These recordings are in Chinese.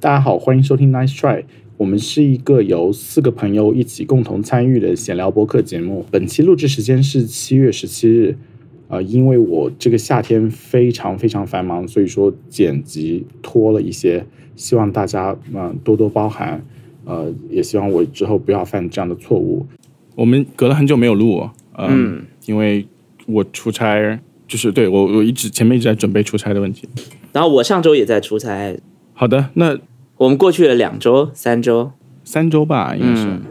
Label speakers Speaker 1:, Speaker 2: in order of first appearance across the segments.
Speaker 1: 大家好，欢迎收听 Nice Try。我们是一个由四个朋友一起共同参与的闲聊播客节目。本期录制时间是七月十七日，呃，因为我这个夏天非常非常繁忙，所以说剪辑拖了一些，希望大家嗯、呃多多包涵，呃，也希望我之后不要犯这样的错误。
Speaker 2: 我们隔了很久没有录，嗯，
Speaker 3: 嗯，
Speaker 2: 因为我出差，就是对我我一直前面一直在准备出差的问题。
Speaker 3: 然后我上周也在出差，
Speaker 2: 好的，那
Speaker 3: 我们过去了两周、三周，
Speaker 2: 三周吧，应该是、
Speaker 3: 嗯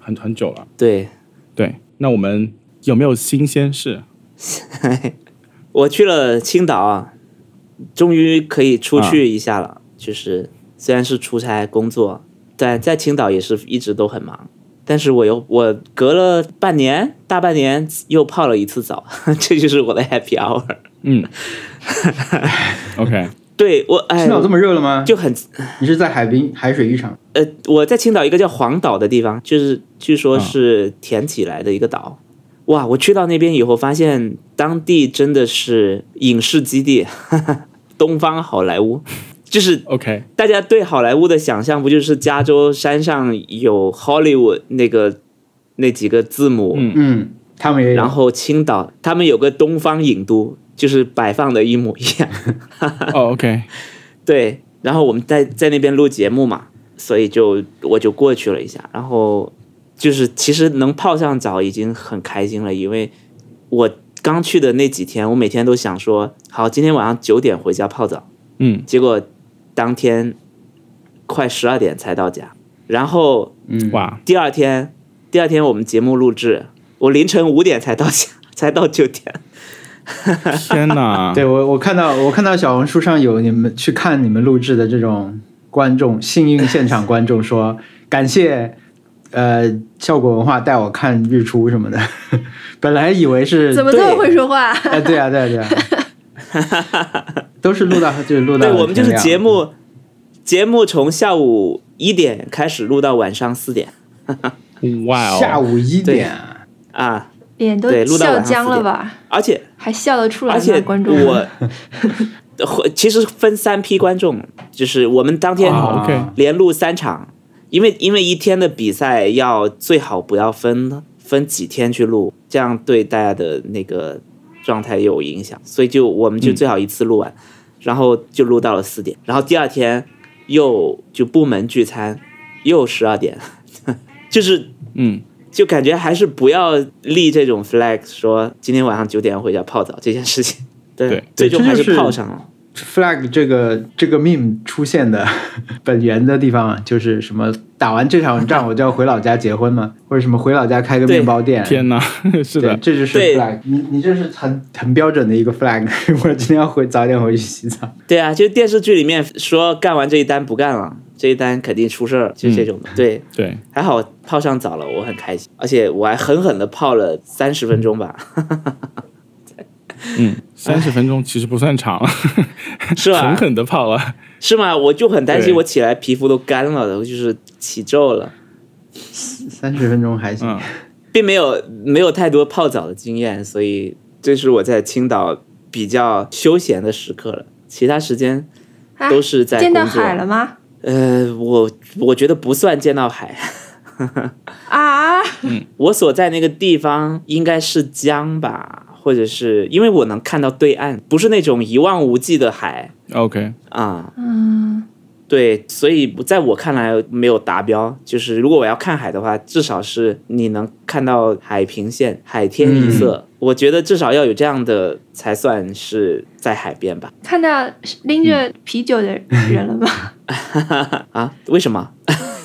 Speaker 2: 很很久了。
Speaker 3: 对，
Speaker 2: 对，那我们有没有新鲜事？
Speaker 3: 我去了青岛啊，终于可以出去一下了。就是虽然是出差工作，但在青岛也是一直都很忙。但是我又我隔了半年大半年又泡了一次澡， 这就是我的 happy hour。
Speaker 2: 嗯，OK，
Speaker 3: 对我哎，
Speaker 4: 青岛这么热了吗？
Speaker 3: 就很
Speaker 4: 你是在海滨海水浴场？
Speaker 3: 呃，我在青岛一个叫黄岛的地方，就是据说是填起来的一个岛。哇，我去到那边以后，发现当地真的是影视基地， 东方好莱坞。就是
Speaker 2: OK，
Speaker 3: 大家对好莱坞的想象，不就是加州山上有 Hollywood 那个那几个字母，
Speaker 2: 嗯
Speaker 4: 嗯，他们也有。
Speaker 3: 然后青岛他们有个东方影都，就是摆放的一模一样。
Speaker 2: 哦，OK，
Speaker 3: 对，然后我们在在那边录节目嘛，所以就我就过去了一下，然后就是其实能泡上澡已经很开心了，因为我刚去的那几天，我每天都想说，好，今天晚上九点回家泡澡，
Speaker 2: 嗯
Speaker 3: 结果当天快十二点才到家，然后
Speaker 4: 嗯，！
Speaker 2: 哇，
Speaker 3: 第二天，第二天我们节目录制，我凌晨五点才到家，才到酒店，
Speaker 2: 天哪
Speaker 4: 对我我看到我看到小红书上有你们去看你们录制的这种观众幸运现场观众说感谢呃效果文化带我看日出什么的， 本来以为是
Speaker 5: 怎么这么会说话？
Speaker 4: 哎对啊对啊对啊， 都是录到就是录到
Speaker 3: 对我们就是
Speaker 4: 天亮嗯
Speaker 3: 节目，节目从下午一点开始录到晚上四点
Speaker 2: 哇哦，
Speaker 4: 下午一
Speaker 3: 对
Speaker 4: 点
Speaker 3: 啊，
Speaker 5: 脸都
Speaker 3: 对录到
Speaker 5: 笑
Speaker 3: 晚上
Speaker 5: 僵
Speaker 3: 4
Speaker 5: 了
Speaker 3: 点
Speaker 5: 吧？
Speaker 3: 而且
Speaker 5: 还笑得出来
Speaker 3: 而且
Speaker 5: 吗？观众们
Speaker 3: 我会其实分三批观众，就是我们当天
Speaker 2: 啊 OK
Speaker 3: 连录三场，因为因为一天的比赛要最好不要分分几天去录，这样对大家的那个状态有影响，所以就我们就最好一次录完，然后就录到了四点，然后第二天又就部门聚餐，又十二点，就是
Speaker 2: 嗯，
Speaker 3: 就感觉还是不要立这种 flag，说今天晚上九点回家泡澡这件事情。对，
Speaker 2: 对
Speaker 3: 最终还
Speaker 4: 这就是是
Speaker 3: 泡上了。
Speaker 4: flag 这个这个 meme 出现的 本源的地方啊，就是什么打完这场仗我就要回老家结婚嘛，或者什么回老家开个
Speaker 3: 对
Speaker 4: 面包店。
Speaker 2: 天哪， 是
Speaker 4: 对，
Speaker 2: 的，
Speaker 4: 这就是
Speaker 3: 对
Speaker 4: flag。你你这是很很标准的一个 flag。我 今天要回早点回去洗澡。
Speaker 3: 对啊，就电视剧里面说干完这一单不干了，这一单肯定出事儿，
Speaker 2: 嗯
Speaker 3: 就这种的。对，
Speaker 2: 对，
Speaker 3: 还好泡上澡了，我很开心，而且我还狠狠的泡了三十分钟吧，
Speaker 2: 嗯，三十分钟其实不算长，
Speaker 3: 哎是吧？
Speaker 2: 狠狠的泡了。
Speaker 3: 是吗？我就很担心
Speaker 2: 对
Speaker 3: 我起来皮肤都干了，我就是起皱了，
Speaker 4: 三十分钟还行。
Speaker 2: 嗯
Speaker 3: 并没有没有太多泡澡的经验，所以这是我在青岛比较休闲的时刻了。其他时间
Speaker 5: 啊
Speaker 3: 都是在
Speaker 5: 见到
Speaker 3: 工作
Speaker 5: 海了吗？
Speaker 3: 呃，我我觉得不算见到海，
Speaker 5: 啊，
Speaker 3: 我所在那个地方应该是江吧，或者是因为我能看到对岸，不是那种一望无际的海
Speaker 2: ，OK，
Speaker 3: 啊、
Speaker 5: 嗯，
Speaker 3: 对，所以在我看来没有达标。就是如果我要看海的话，至少是你能看到海平线、海天一色。我觉得至少要有这样的才算是在海边吧。
Speaker 5: 看到拎着啤酒的人了吗？
Speaker 3: 啊，为什么？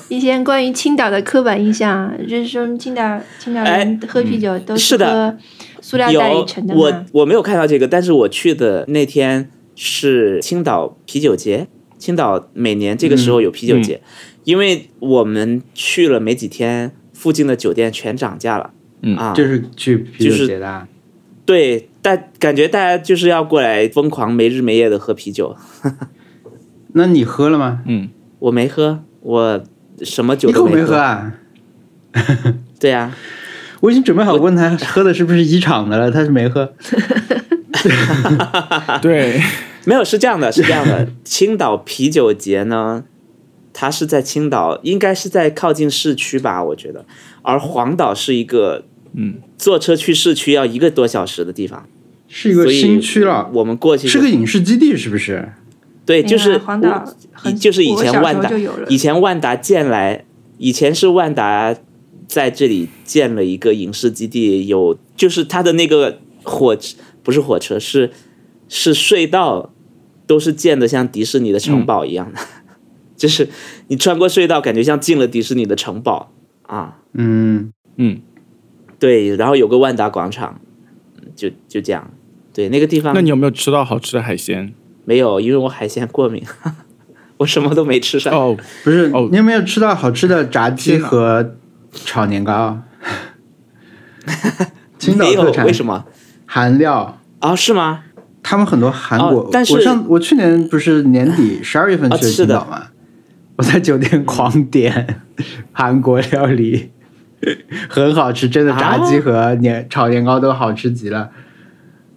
Speaker 5: 以前关于青岛的刻板印象啊，就是说青岛青岛人喝啤酒都
Speaker 3: 哎嗯是的
Speaker 5: 喝塑料
Speaker 3: 有
Speaker 5: 袋里盛的
Speaker 3: 我
Speaker 5: 嘛。
Speaker 3: 我没有看到这个，但是我去的那天是青岛啤酒节，青岛每年这个时候有啤酒节，
Speaker 4: 嗯
Speaker 3: 因为我们去了没几天，附近的酒店全涨价了。
Speaker 2: 嗯
Speaker 3: 啊，
Speaker 4: 就是去啤
Speaker 3: 就是
Speaker 4: 酒节的啊、
Speaker 3: 对，大感觉大家就是要过来疯狂没日没夜的喝啤酒，
Speaker 4: 那你喝了吗？
Speaker 2: 嗯，
Speaker 3: 我没喝，我什么酒
Speaker 4: 一
Speaker 3: 都
Speaker 4: 口
Speaker 3: 没
Speaker 4: 没喝啊！
Speaker 3: 对啊呀、
Speaker 4: 我已经准备好问他喝的是不是一厂的了，他是没喝。
Speaker 2: 对，
Speaker 3: 啊 没有，是这样的，是这样的。青岛啤酒节呢，它是在青岛，应该是在靠近市区吧，我觉得。而黄岛是一个，
Speaker 2: 嗯，
Speaker 3: 坐车去市区要一个多小时的地方，
Speaker 4: 是一个
Speaker 3: 所以
Speaker 4: 新区了，
Speaker 3: 我们过去
Speaker 4: 是个影视基地，是不是？
Speaker 3: 对，
Speaker 5: 没
Speaker 3: 就
Speaker 5: 有啊
Speaker 3: 是
Speaker 5: 黄岛很，
Speaker 3: 就是以前
Speaker 5: 我小时候
Speaker 3: 万达
Speaker 5: 就有了
Speaker 3: 以前万达建来，以前是万达在这里建了一个影视基地，有就是它的那个火不是火车，是是隧道，都是建的像迪士尼的城堡一样的， 就是你穿过隧道，感觉像进了迪士尼的城堡啊。
Speaker 4: 嗯，
Speaker 2: 嗯，
Speaker 3: 对，然后有个万达广场，嗯就就这样。对，那个地方
Speaker 2: 那你有没有吃到好吃的海鲜？
Speaker 3: 没有，因为我海鲜过敏， 我什么都没吃上。
Speaker 2: 哦，
Speaker 4: 不是，
Speaker 2: 哦
Speaker 4: 你有没有吃到好吃的炸鸡
Speaker 2: 天哪
Speaker 4: 和炒年糕？ 青岛
Speaker 3: 没有
Speaker 4: 特，产
Speaker 3: 为什么？
Speaker 4: 韩料，
Speaker 3: 啊，是吗？
Speaker 4: 他们很多韩国。
Speaker 3: 哦但是
Speaker 4: 我上我去年不是年底十二月份
Speaker 3: 啊
Speaker 4: 去的
Speaker 3: 是
Speaker 4: 青
Speaker 3: 的
Speaker 4: 岛嘛，我在酒店狂点韩国料理，很好吃，真的炸鸡
Speaker 3: 啊
Speaker 4: 和年、炒年糕都好吃极了，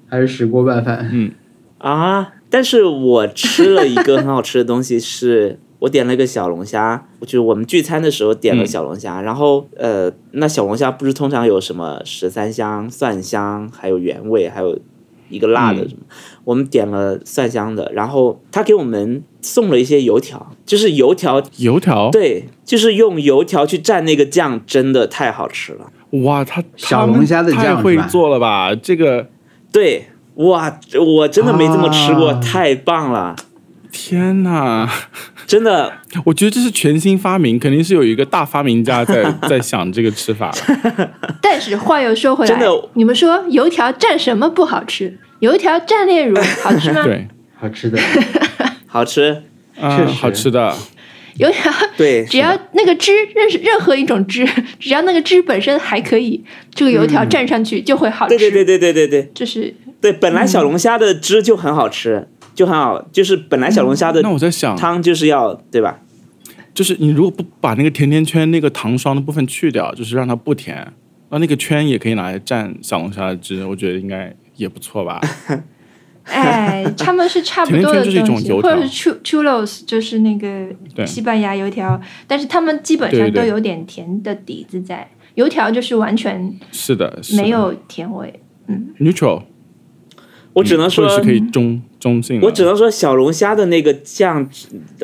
Speaker 4: 还是石锅拌饭。
Speaker 3: 嗯啊，但是我吃了一个很好吃的东西是。我点了一个小龙虾，就是我们聚餐的时候点了
Speaker 2: 嗯
Speaker 3: 小龙虾，然后呃，那小龙虾不是通常有什么十三香、蒜香，还有原味，还有一个辣的什么。我们点了蒜香的，然后他给我们送了一些油条，就是油条，
Speaker 2: 油条，
Speaker 3: 对，就是用油条去蘸那个酱，真的太好吃了。
Speaker 2: 哇，他
Speaker 4: 小龙虾的
Speaker 2: 他们
Speaker 4: 酱
Speaker 2: 太
Speaker 4: 是
Speaker 2: 会
Speaker 4: 吧
Speaker 2: 做了吧？这个
Speaker 3: 对，哇，我真的没这么吃过，
Speaker 4: 啊
Speaker 3: 太棒了，
Speaker 2: 天哪！
Speaker 3: 真的。
Speaker 2: 我觉得这是全新发明，肯定是有一个大发明家在 在想这个吃 法。
Speaker 5: 但是话又说回来，
Speaker 3: 真的
Speaker 5: 你们说油条蘸什么不好吃？油条蘸炼乳好吃 吗？
Speaker 2: 对，
Speaker 4: 好吃的，
Speaker 3: 好吃，
Speaker 2: 啊、
Speaker 4: 确实
Speaker 2: 好吃的，
Speaker 5: 油条
Speaker 3: 对，
Speaker 5: 只要那个汁，任是任何一种汁， 只要那个汁本身还可以，这个油条蘸上去就会好吃。
Speaker 3: 嗯对对对对对对对
Speaker 5: 这是
Speaker 3: 对，本来小龙虾的汁就很好吃，就很好，就是本来小龙虾的
Speaker 2: 嗯那我在想，
Speaker 3: 汤就是要对吧？
Speaker 2: 就是你如果不把那个甜甜圈那个糖霜的部分去掉，就是让它不甜，那那个圈也可以拿来蘸小龙虾的汁，我觉得应该也不错 吧。
Speaker 5: 哎，他们是差不多
Speaker 2: 甜甜圈
Speaker 5: 的
Speaker 2: 就是一种
Speaker 5: 东西，
Speaker 2: 油
Speaker 5: 或
Speaker 2: 条
Speaker 5: 者是 chu- chulos，就是那个
Speaker 2: 对
Speaker 5: 西班牙油条，但是他们基本上
Speaker 2: 对对
Speaker 5: 都
Speaker 2: 对
Speaker 5: 有点甜的底子在。油条就是完全
Speaker 2: 是的，是的
Speaker 5: 没有甜味，
Speaker 2: neutral，
Speaker 3: 我只
Speaker 2: 嗯
Speaker 3: 能
Speaker 2: 或者
Speaker 3: 说
Speaker 2: 是，可以中中性的。
Speaker 3: 我只能说小龙虾的那个酱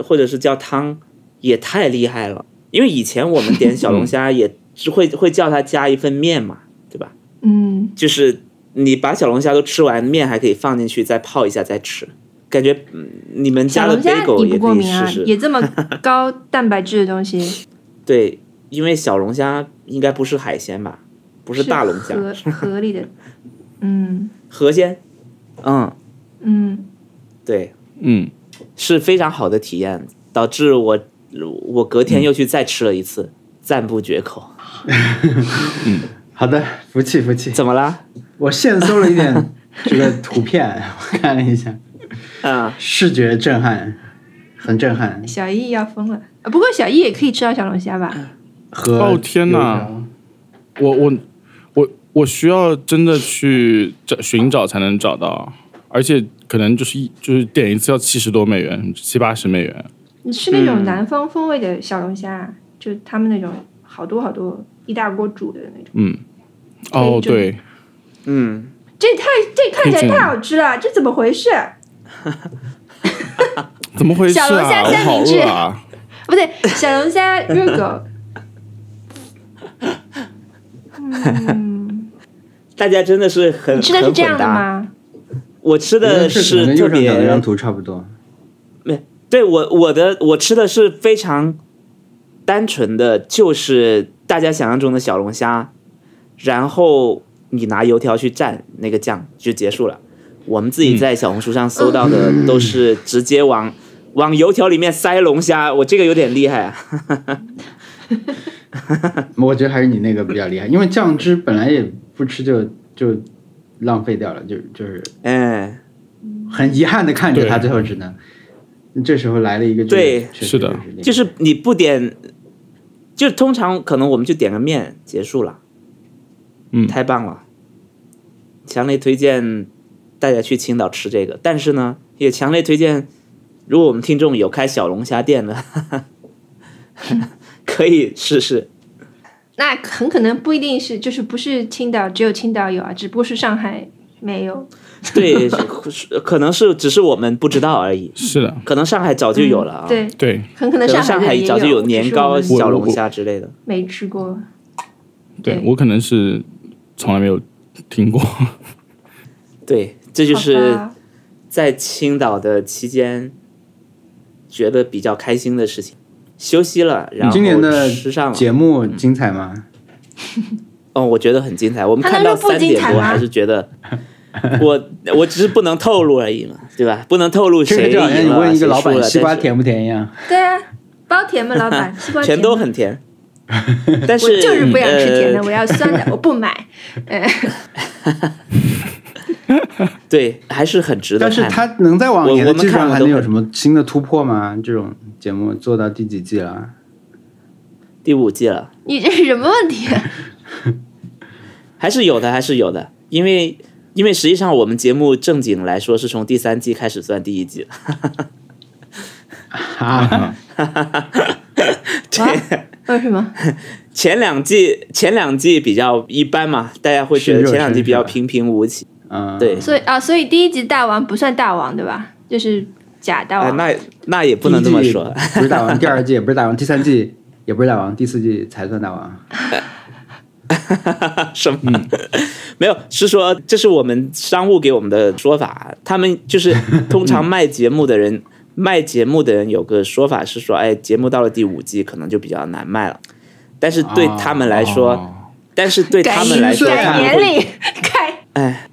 Speaker 3: 或者是叫汤也太厉害了，因为以前我们点小龙虾也只会会叫它加一份面嘛，对吧？
Speaker 5: 嗯，
Speaker 3: 就是你把小龙虾都吃完，面还可以放进去再泡一下再吃，感觉嗯你们家
Speaker 5: 小
Speaker 3: 的
Speaker 5: 龙虾
Speaker 3: bagel
Speaker 5: 你
Speaker 3: 也
Speaker 5: 不过
Speaker 3: 可以
Speaker 5: 敏啊，
Speaker 3: 试试。
Speaker 5: 也这么高蛋白质的东西，
Speaker 3: 对，因为小龙虾应该不是海鲜吧？ 不是大龙虾，
Speaker 5: 河河里的，嗯
Speaker 3: 河鲜。嗯，
Speaker 5: 嗯，
Speaker 3: 对，
Speaker 2: 嗯，
Speaker 3: 是非常好的体验，导致我我隔天又去再吃了一次，赞不绝口。
Speaker 4: 好的，服气服气。
Speaker 3: 怎么啦？
Speaker 4: 我现搜了一点这个图片， 我看了一下，
Speaker 5: 嗯
Speaker 3: 啊、
Speaker 4: 视觉震撼，很震撼。
Speaker 5: 小易要疯了。啊不过小易也可以吃到小龙虾
Speaker 3: 嗯
Speaker 5: 吧？
Speaker 4: 和
Speaker 2: 哦天哪
Speaker 4: 油条！
Speaker 2: 我我我我需要真的去找寻找才能找到，而且可能就是一就是点一次要七十多美元，七八十美元。
Speaker 5: 你吃那
Speaker 3: 嗯
Speaker 5: 种南方风味的小龙虾，就他们那种好多好多一大锅煮的那种，
Speaker 2: 嗯，
Speaker 5: 可
Speaker 2: 哦
Speaker 5: 以这么
Speaker 2: 对，
Speaker 3: 嗯，
Speaker 5: 这太这
Speaker 2: 可
Speaker 5: 看起
Speaker 2: 以
Speaker 5: 来
Speaker 2: 这样
Speaker 5: 太好吃了，这怎么回事？
Speaker 2: 怎么回事
Speaker 5: 小龙虾
Speaker 2: 啊？我
Speaker 5: 三
Speaker 2: 好
Speaker 5: 明治
Speaker 2: 饿啊！
Speaker 5: 不对，小龙虾热狗，嗯，
Speaker 3: 大家真的是很
Speaker 5: 你吃的是
Speaker 3: 很
Speaker 5: 这样
Speaker 3: 混
Speaker 5: 的
Speaker 3: 搭？
Speaker 5: 吗？
Speaker 3: 我吃的
Speaker 4: 可能
Speaker 3: 是特
Speaker 4: 右上
Speaker 3: 别
Speaker 4: 角那张图差不多。
Speaker 3: 对我我的我吃的是非常单纯的，就是大家想象中的小龙虾，然后你拿油条去蘸那个酱就结束了。我们自己在小红书上搜到的都是直接往、往油条里面塞龙虾，我这个有点厉害啊。
Speaker 4: 我觉得还是你那个比较厉害，因为酱汁本来也不吃就就浪费掉了，就就是
Speaker 3: 嗯，
Speaker 4: 很遗憾的看着
Speaker 2: 对
Speaker 4: 它最后只能。这时候来了一个这个，
Speaker 3: 对
Speaker 4: 确实
Speaker 2: 是的
Speaker 4: 厉害
Speaker 3: 就是你不点，就通常可能我们就点个面结束了。
Speaker 2: 嗯
Speaker 3: 太棒了，强烈推荐大家去青岛吃这个。但是呢，也强烈推荐，如果我们听众有开小龙虾店的，可以试试。
Speaker 5: 那很可能不一定是，就是不是青岛只有青岛有啊，只不过是上海没有。
Speaker 3: 对，是是可能是只是我们不知道而已，
Speaker 2: 是的，
Speaker 3: 可能上海早就有了啊。，
Speaker 5: 嗯对，
Speaker 2: 对，
Speaker 5: 很可能
Speaker 3: 可能
Speaker 5: 上
Speaker 3: 上
Speaker 5: 海
Speaker 3: 海
Speaker 5: 人也
Speaker 3: 早就有年糕、
Speaker 5: 只是我们
Speaker 3: 小龙虾之类的。
Speaker 5: 没吃过。
Speaker 2: 对
Speaker 5: 对
Speaker 2: 我可能是从来没有听过，
Speaker 3: 对，这就
Speaker 5: 好
Speaker 3: 是
Speaker 5: 吧
Speaker 3: 在青岛的期间觉得比较开心的事情。休息了，然后
Speaker 4: 你今年的
Speaker 3: 吃上了。
Speaker 4: 节目精彩吗？
Speaker 3: 嗯哦，我觉得很精彩。我们
Speaker 5: 他
Speaker 3: 看
Speaker 5: 能
Speaker 3: 到
Speaker 5: 说不
Speaker 3: 三
Speaker 5: 精
Speaker 3: 点
Speaker 5: 彩
Speaker 3: 多
Speaker 5: 吗
Speaker 3: 还是觉 得我，我只是不能透露而已嘛，对吧？不能透露
Speaker 4: 这个
Speaker 3: 谁赢
Speaker 4: 就
Speaker 3: 了
Speaker 4: 好
Speaker 3: 啊，
Speaker 4: 像你问一个老
Speaker 3: 谁输
Speaker 4: 板
Speaker 3: 了
Speaker 4: 西瓜，
Speaker 3: 但
Speaker 4: 甜不甜一样，
Speaker 5: 对啊，包甜吗，老板？西瓜
Speaker 3: 是全
Speaker 5: 甜吗
Speaker 3: 都很甜。 但
Speaker 5: 我
Speaker 3: 是
Speaker 5: 就是不想吃甜的，
Speaker 3: 呃
Speaker 5: 我要酸的，我不买。哎，
Speaker 3: 对，还是很值得
Speaker 4: 但
Speaker 3: 看的。
Speaker 4: 是它能在往年的
Speaker 3: 我我们
Speaker 4: 基础
Speaker 3: 看
Speaker 4: 上
Speaker 3: 了
Speaker 4: 还
Speaker 3: 都
Speaker 4: 能有
Speaker 3: 很
Speaker 4: 什么新的突破吗？这种节目做到第几季了？
Speaker 3: 第五季了，
Speaker 5: 你这是什么问题、啊？
Speaker 3: 还是有的，还是有的，因为因为实际上我们节目正经来说是从第三季开始算第一季了。
Speaker 4: 啊，
Speaker 5: 啊为什么？
Speaker 3: 前两季前两季比较一般嘛，大家会觉得
Speaker 4: 是热
Speaker 3: 前两季
Speaker 4: 身
Speaker 3: 比较
Speaker 4: 是吧
Speaker 3: 平平无奇。
Speaker 4: 嗯，
Speaker 3: 对，
Speaker 5: 所以啊，所以第一集大王不算大王对吧？就是假大
Speaker 3: 啊，
Speaker 5: 王。
Speaker 3: 那那也不能这么
Speaker 4: 哎第一季
Speaker 3: 说。
Speaker 4: 不是大王，第二季也不是大王，第三季也不是大王，第四季才算大王。
Speaker 3: 什么？
Speaker 4: 嗯
Speaker 3: 没有，是说这是我们商务给我们的说法。他们 就是通常卖节目的人，卖节目的人有个说法是说，哎，节目到了第五季可能就比较难卖了。但是对
Speaker 4: 哦
Speaker 3: 他们来说，但是对
Speaker 5: 改
Speaker 3: 他们来说，
Speaker 4: 改
Speaker 3: 他们
Speaker 5: 年
Speaker 3: 会
Speaker 5: 龄，改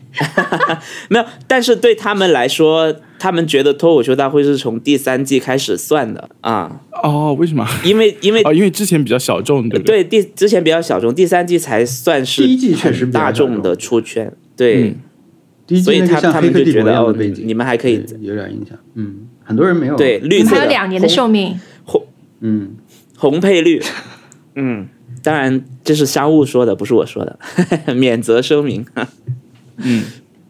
Speaker 3: 没有，但是对他们来说，他们觉得脱口秀大会是从第三季开始算的啊、
Speaker 2: 哦，为什么？
Speaker 3: 因为因为
Speaker 2: 哦，因为之前比较小众，对不对？
Speaker 3: 对第之前比较小众，第三季才算是
Speaker 4: 第一季确实比较
Speaker 3: 大
Speaker 4: 小众
Speaker 3: 众的出圈，对。
Speaker 2: 嗯
Speaker 4: 第一
Speaker 3: 所
Speaker 4: 季
Speaker 3: 以
Speaker 4: 那
Speaker 3: 他
Speaker 4: 个像
Speaker 3: 他
Speaker 4: 黑
Speaker 3: 们
Speaker 4: 客
Speaker 3: 就
Speaker 4: 帝
Speaker 3: 觉
Speaker 4: 国一
Speaker 3: 得
Speaker 4: 样
Speaker 3: 哦
Speaker 4: 的背，景，
Speaker 3: 你们还可以
Speaker 4: 对有点印象。嗯，很多人没有
Speaker 3: 对绿
Speaker 5: 你们
Speaker 3: 色
Speaker 5: 还有
Speaker 3: 的
Speaker 5: 两年的寿命，
Speaker 3: 红
Speaker 4: 嗯，
Speaker 3: 红配绿，嗯，当然这是商务说的， 不是我说的，免责声明。
Speaker 2: 嗯，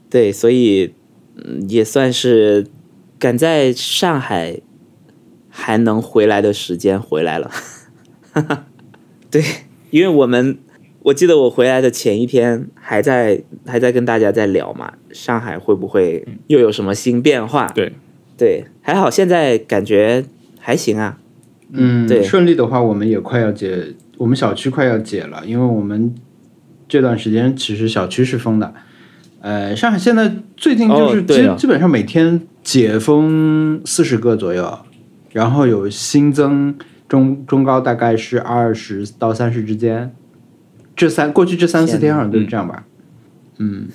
Speaker 3: 对，所以嗯也算是赶在上海还能回来的时间回来了。 对，因为我们我记得我回来的前一天还在还在跟大家在聊嘛，上海会不会又有什么新变化？
Speaker 2: 对
Speaker 3: 对，还好现在感觉还行啊。
Speaker 4: 嗯，
Speaker 3: 对
Speaker 4: 顺利的话，我们也快要解，我们小区快要解了，因为我们这段时间其实小区是封的。呃，上海现在最近就
Speaker 3: 哦
Speaker 4: 是
Speaker 3: 对
Speaker 4: 基、
Speaker 3: 了
Speaker 4: 基本上每天解封四十个左右，然后有新增中中高大概是二十到三十之间。这三过去这三四
Speaker 3: 天
Speaker 4: 天
Speaker 3: 哪
Speaker 4: 好像都是这样吧？嗯，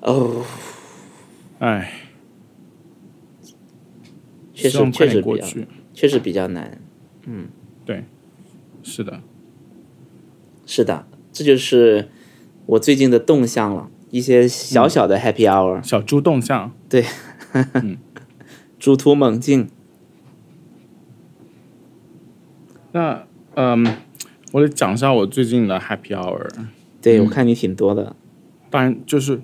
Speaker 3: 哦，
Speaker 2: 哎，
Speaker 3: 确
Speaker 2: 希
Speaker 3: 实
Speaker 2: 望快
Speaker 3: 确实
Speaker 2: 点
Speaker 3: 比
Speaker 2: 过
Speaker 3: 较
Speaker 2: 去。
Speaker 3: 确实比较难。
Speaker 2: 是的，
Speaker 3: 是的，这就是我最近的动向了，一些
Speaker 2: 嗯
Speaker 3: 小小的 happy hour，、
Speaker 2: 小猪动向，
Speaker 3: 殊途猛进。
Speaker 2: 那嗯，我得讲一下我最近的 Happy Hour。
Speaker 3: 对、
Speaker 2: 嗯
Speaker 3: 我看你挺多的，
Speaker 2: 当然，就是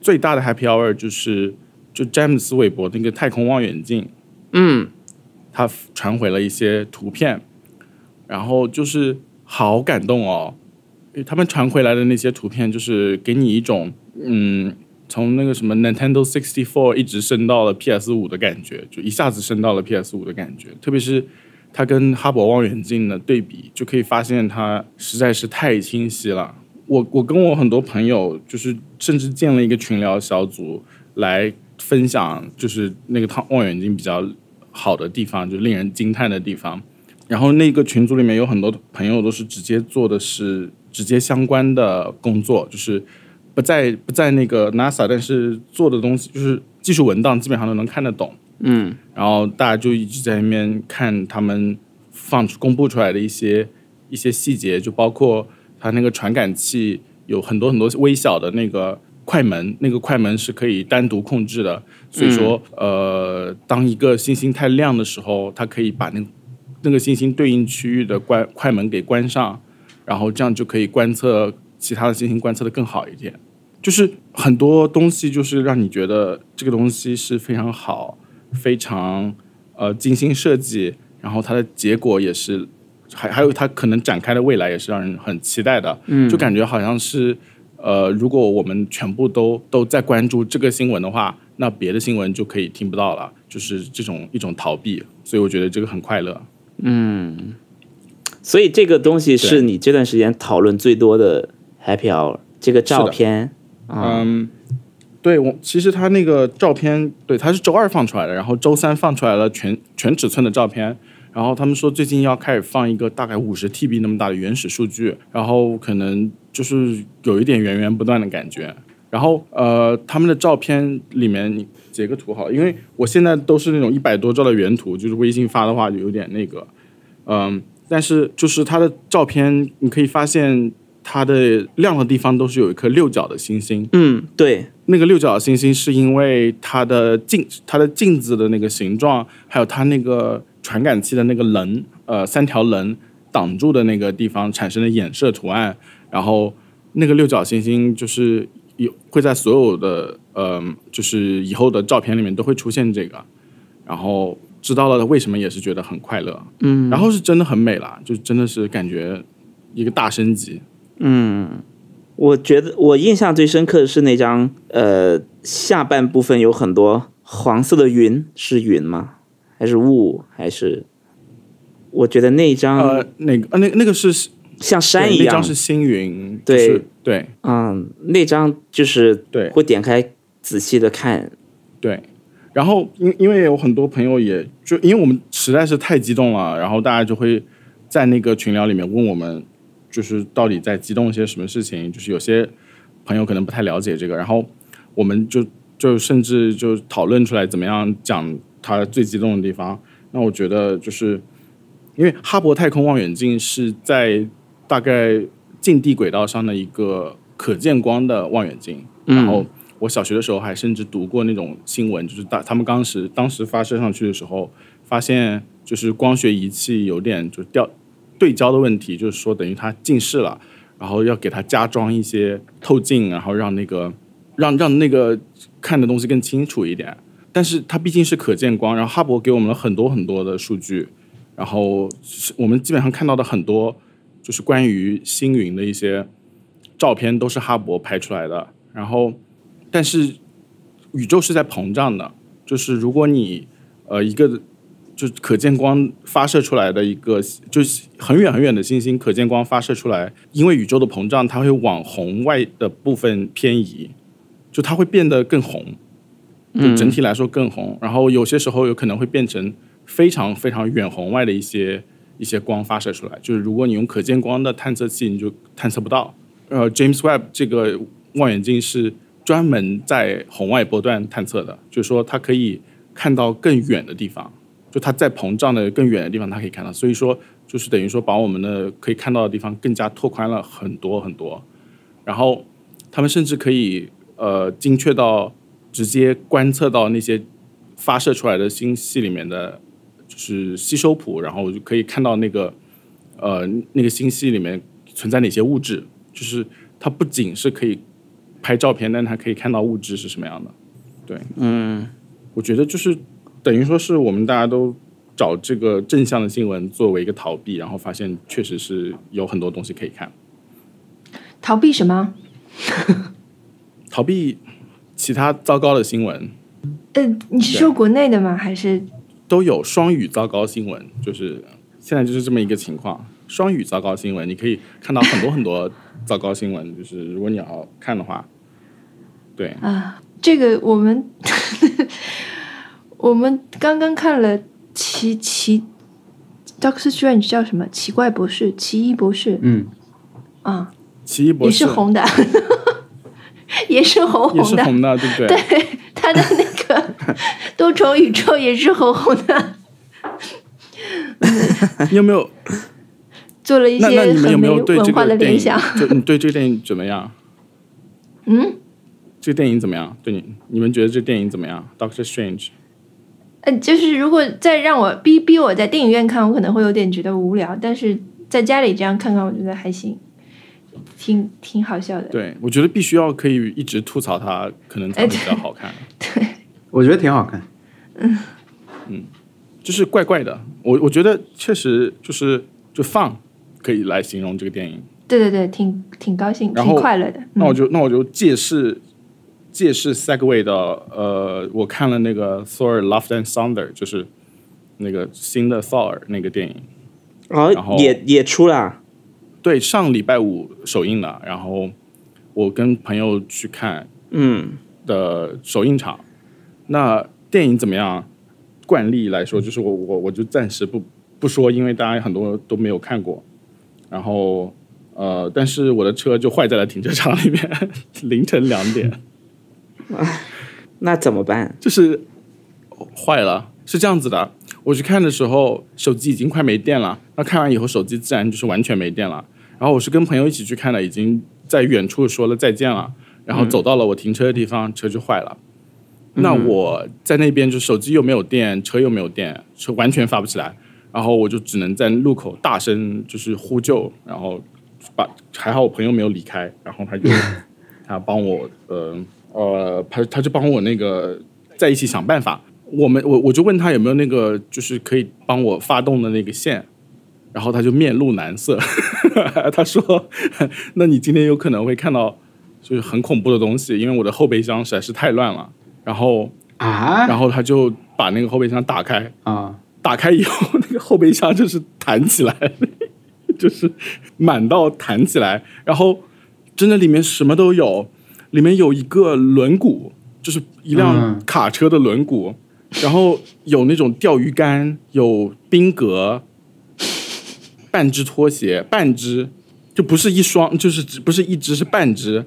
Speaker 2: 最大的 Happy Hour 就是就詹姆斯韦伯那个太空望远镜，
Speaker 3: 嗯，
Speaker 2: 他传回了一些图片，然后就是好感动哦。因为他们传回来的那些图片，就是给你一种嗯，从那个什么 Nintendo 64一直升到了 PS 五的感觉，就一下子升到了 PS 五的感觉。特别是它跟哈勃望远镜的对比，就可以发现它实在是太清晰了。我我跟我很多朋友，就是甚至建了一个群聊小组来分享，就是那个望望远镜比较好的地方，就令人惊叹的地方。然后那个群组里面有很多朋友都是直接做的是直接相关的工作，就是不在不在那个 NASA，但是做的东西就是技术文档基本上都能看得懂。
Speaker 3: 嗯，
Speaker 2: 然后大家就一直在那边看他们放出公布出来的一些一些细节，就包括它那个传感器有很多很多微小的那个快门，那个快门是可以单独控制的，所以说、呃，当一个星星太亮的时候，它可以把那个那个星星对应区域的关快门给关上，然后这样就可以观测其他的星星观测的更好一点。就是很多东西，就是让你觉得这个东西是非常好，非常呃精心设计，然后它的结果也是，还还有它可能展开的未来也是让人很期待的，
Speaker 4: 嗯
Speaker 2: 就感觉好像是，呃，如果我们全部都都在关注这个新闻的话，那别的新闻就可以听不到了，就是这种一种逃避，所以我觉得这个很快乐。
Speaker 3: 嗯，所以这个东西
Speaker 2: 对
Speaker 3: 是你这段时间讨论最多的 Happy Hour 这个照片，嗯，
Speaker 2: 嗯，对我其实他那个照片，对，他是周二放出来的，然后周三放出来了全全尺寸的照片，然后他们说最近要开始放一个大概五十 TB 那么大的原始数据，然后可能就是有一点源源不断的感觉。然后呃，他们的照片里面你截个图好了，因为我现在都是那种一百多兆的原图，就是微信发的话就有点那个，嗯，但是就是它的照片，你可以发现它的亮的地方都是有一颗六角的星星，
Speaker 3: 嗯，对，
Speaker 2: 那个六角星星是因为它的镜它的镜子的那个形状，还有它那个传感器的那个棱，呃，三条棱挡住的那个地方产生的衍射图案。然后那个六角星星就是有会在所有的呃，就是以后的照片里面都会出现这个。然后知道了为什么也是觉得很快乐，嗯，然后是真的很美啦，就真的是感觉一个大升级。
Speaker 3: 我觉得我印象最深刻的是那张，呃，下半部分有很多黄色的云，是云吗？还是雾？还是？我觉得那一张
Speaker 2: 呃，那个呃，那那个是
Speaker 3: 像山一
Speaker 2: 对那
Speaker 3: 样
Speaker 2: 张，是星云，
Speaker 3: 对
Speaker 2: 就是对
Speaker 3: 嗯，那张就是
Speaker 2: 对
Speaker 3: 会点开仔细的看，
Speaker 2: 对。然后因因为有很多朋友也就因为我们实在是太激动了，然后大家就会在那个群聊里面问我们，就是到底在激动些什么事情，就是有些朋友可能不太了解这个，然后我们就就甚至就讨论出来怎么样讲他最激动的地方。那我觉得就是因为哈勃太空望远镜是在大概近地轨道上的一个可见光的望远镜，然后我小学的时候还甚至读过那种新闻，就是大他们当时当时发射上去的时候，发现就是光学仪器有点就掉对焦的问题，就是说等于它近视了，然后要给它加装一些透镜，然后让那个让让那个看的东西更清楚一点。但是它毕竟是可见光，然后哈勃给我们了很多很多的数据，然后是我们基本上看到的很多就是关于星云的一些照片都是哈勃拍出来的，然后但是宇宙是在膨胀的，就是如果你呃一个就是可见光发射出来的一个就是很远很远的星星，可见光发射出来，因为宇宙的膨胀，它会往红外的部分偏移，就它会变得更红，就整体来说更红。然后有些时候有可能会变成非常非常远红外的一些一些光发射出来，就是如果你用可见光的探测器，你就探测不到。呃，James Webb 这个望远镜是专门在红外波段探测的，就是说它可以看到更远的地方，就它在膨胀的更远的地方，它可以看到。所以说，就是等于说把我们的可以看到的地方更加拓宽了很多很多。然后他们甚至可以呃精确到直接观测到那些发射出来的星系里面的，就是吸收谱，然后我就可以看到那个呃那个星系里面存在哪些物质，就是它不仅是可以拍照片，但它可以看到物质是什么样的。对，嗯，我觉得就是等于说是我们大家都找这个正向的新闻作为一个逃避，然后发现确实是有很多东西可以看，
Speaker 5: 逃避什么？
Speaker 2: 逃避其他糟糕的新闻
Speaker 5: 呃，你是说国内的吗？还是
Speaker 2: 都有双语糟糕新闻，就是现在就是这么一个情况。双语糟糕新闻，你可以看到很多很多糟糕新闻，就是如果你要看的话，对，
Speaker 5: 这个我们 我们刚刚看了奇奇 Doctor Strange 叫什么？奇怪博士、奇异博士
Speaker 4: 嗯，
Speaker 5: 啊、
Speaker 2: 奇异博
Speaker 5: 也
Speaker 2: 士
Speaker 5: 是红的， 也是红
Speaker 2: 也
Speaker 5: 红
Speaker 2: 是
Speaker 5: 的。
Speaker 2: 红的，对不对？
Speaker 5: 对， 他的那个 多重宇宙也是红红的，
Speaker 2: 你有没有？
Speaker 5: 做了一
Speaker 2: 那那
Speaker 5: 些
Speaker 2: 你们有
Speaker 5: 很
Speaker 2: 没有对这
Speaker 5: 文化的
Speaker 2: 个电
Speaker 5: 联
Speaker 2: 影
Speaker 5: 想。？
Speaker 2: 就你对这个电影怎么样？
Speaker 5: 嗯，
Speaker 2: 这个电影怎么样？对你，你们觉得这电影怎么样？Doctor Strange，
Speaker 5: 呃，就是如果再让我逼逼我在电影院看，我可能会有点觉得无聊，但是在家里这样看看，我觉得还行，挺挺好笑的。
Speaker 2: 对我觉得必须要可以一直吐槽它，可能才会比较好看。
Speaker 4: 我觉得挺好看。
Speaker 2: 就是怪怪的。我我觉得确实就是就放可以来形容这个电影。
Speaker 5: 对对对，挺挺高兴，
Speaker 2: 然
Speaker 5: 挺
Speaker 2: 后
Speaker 5: 快乐的。
Speaker 2: 那我
Speaker 5: 嗯
Speaker 2: 就那我就借势借势 segue 的呃，我看了那个 Thor Love and Thunder，就是那个新的 Thor 那个电影，然后
Speaker 3: 哦，也也出了，
Speaker 2: 对，上礼拜五首映了，然后我跟朋友去看
Speaker 3: 嗯，
Speaker 2: 的首映场。那电影怎么样？惯例来说，就是我我我就暂时不不说，因为大家很多都没有看过。然后呃，但是我的车就坏在了停车场里面， 凌晨两点。
Speaker 3: 那怎么办？
Speaker 2: 就是坏了，是这样子的。我去看的时候，手机已经快没电了。那看完以后，手机自然就是完全没电了。然后我是跟朋友一起去看的，已经在远处说了再见了。然后走到了我停车的地方，车就坏了。那我在那边就手机又没有电，车又没有电，车完全发不起来。然后我就只能在路口大声就是呼救，然后把还好我朋友没有离开，然后他就他帮我呃呃他他就帮我那个在一起想办法。我们我我就问他有没有那个就是可以帮我发动的那个线，然后他就面露难色， 他说：“ 那你今天有可能会看到就是很恐怖的东西，因为我的后备箱实在是太乱了。”然后
Speaker 4: 啊
Speaker 2: 然后他就把那个后备箱打开，
Speaker 4: 啊，
Speaker 2: 打开以后，那个后备箱就是弹起来，就是满到弹起来，然后真的里面什么都有，里面有一个轮毂，就是一辆
Speaker 4: 嗯
Speaker 2: 卡车的轮毂，然后有那种钓鱼竿，有冰格，半只拖鞋，半只就不是一双，就是只不是一只是半只，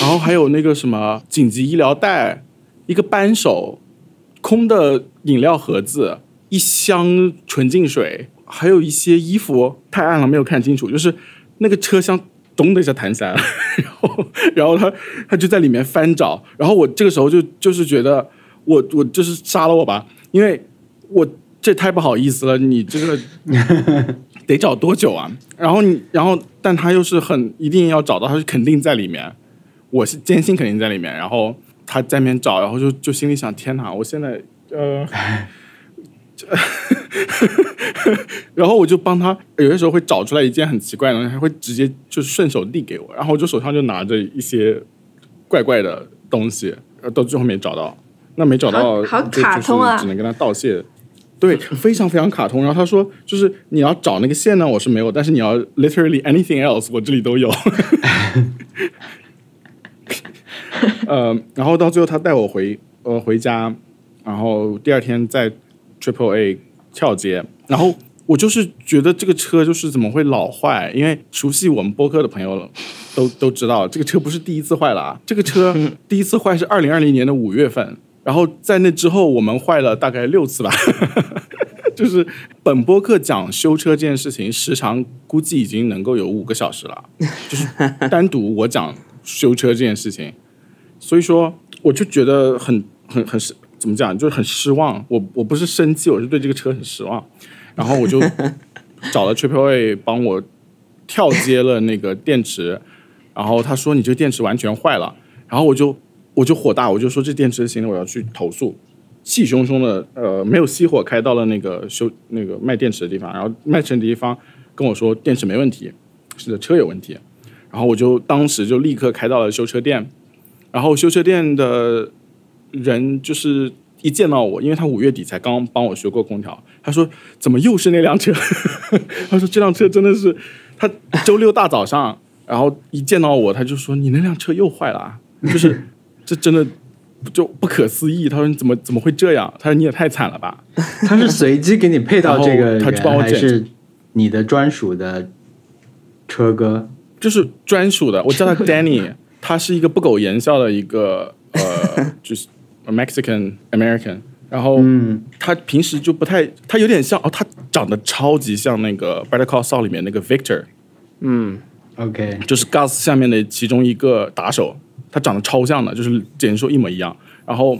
Speaker 2: 然后还有那个什么紧急医疗带，一个扳手，空的饮料盒子，一箱纯净水，还有一些衣服。哦太暗了，没有看清楚，就是那个车厢咚的一下弹起来了， 然后然后他他就在里面翻找，然后我这个时候就就是觉得我我就是杀了我吧，因为我这太不好意思了，你这个得找多久啊？然后你然后但他又是很一定要找到，他是肯定在里面，我是坚信肯定在里面，然后他在那边找，然后就就心里想天哪，我现在呃。然后我就帮他，有些时候会找出来一件很奇怪的东西，他会直接就顺手递给我，然后我就手上就拿着一些怪怪的东西，呃到最后没找到，那没找到，
Speaker 5: 好好
Speaker 2: 就
Speaker 5: 卡通啊
Speaker 2: 就是只能跟他道谢。对，非常非常卡通。然后他说，就是你要找那个线呢，我是没有，但是你要 literally anything else，我这里都有。 呃，然后到最后他带我回呃回家，然后第二天在 Triple A 跳街，然后我就是觉得这个车就是怎么会老坏，因为熟悉我们播客的朋友了，都都知道这个车不是第一次坏了啊，这 个车第一次坏是二零二零年的五月份，然后在那之后我们坏了大概六次吧。 就是本播客讲修车这件事情，时长估计已经能够有五个小时了。就是单独我讲修车这件事情，所以说我就觉得很很很失怎么讲，就是很失望。我我不是生气，我是对这个车很失望。然后我就找了 Triple A 帮我跳接了那个电池，然后他说你这个电池完全坏了，然后我就我就火大，我就说这电池行了，我要去投诉。气汹汹的，呃，没有熄火，开到了那个修那个卖电池的地方，然后卖电池的地方跟我说电池没问题，是的车有问题，然后我就当时就立刻开到了修车店，然后修车店的人就是一见到我，因为他五月底才刚帮我修过空调，他说怎么又是那辆车？ 他说这辆车真的是，他周六大早上，然后一见到我他就说你那辆车又坏了啊，就是这真的就不可思议。他说你怎么怎么会这样？他说你也太惨了吧。
Speaker 4: 他是随机给你配到这个
Speaker 2: 然后他就帮
Speaker 4: 人，
Speaker 2: 我
Speaker 4: 还
Speaker 2: 剪
Speaker 4: 是你的专属的车哥？
Speaker 2: 就是专属的，我叫他 Danny，他是一个不苟言笑的一个呃，就是 Mexican American，然后
Speaker 4: 嗯
Speaker 2: 他平时就不太，他有点像哦，他长得超级像那个《Better Call Saul》里面那个 Victor，
Speaker 4: ，OK，
Speaker 2: 就是 Gus 下面的其中一个打手，他长得超像的，就是简直说一模一样。然后，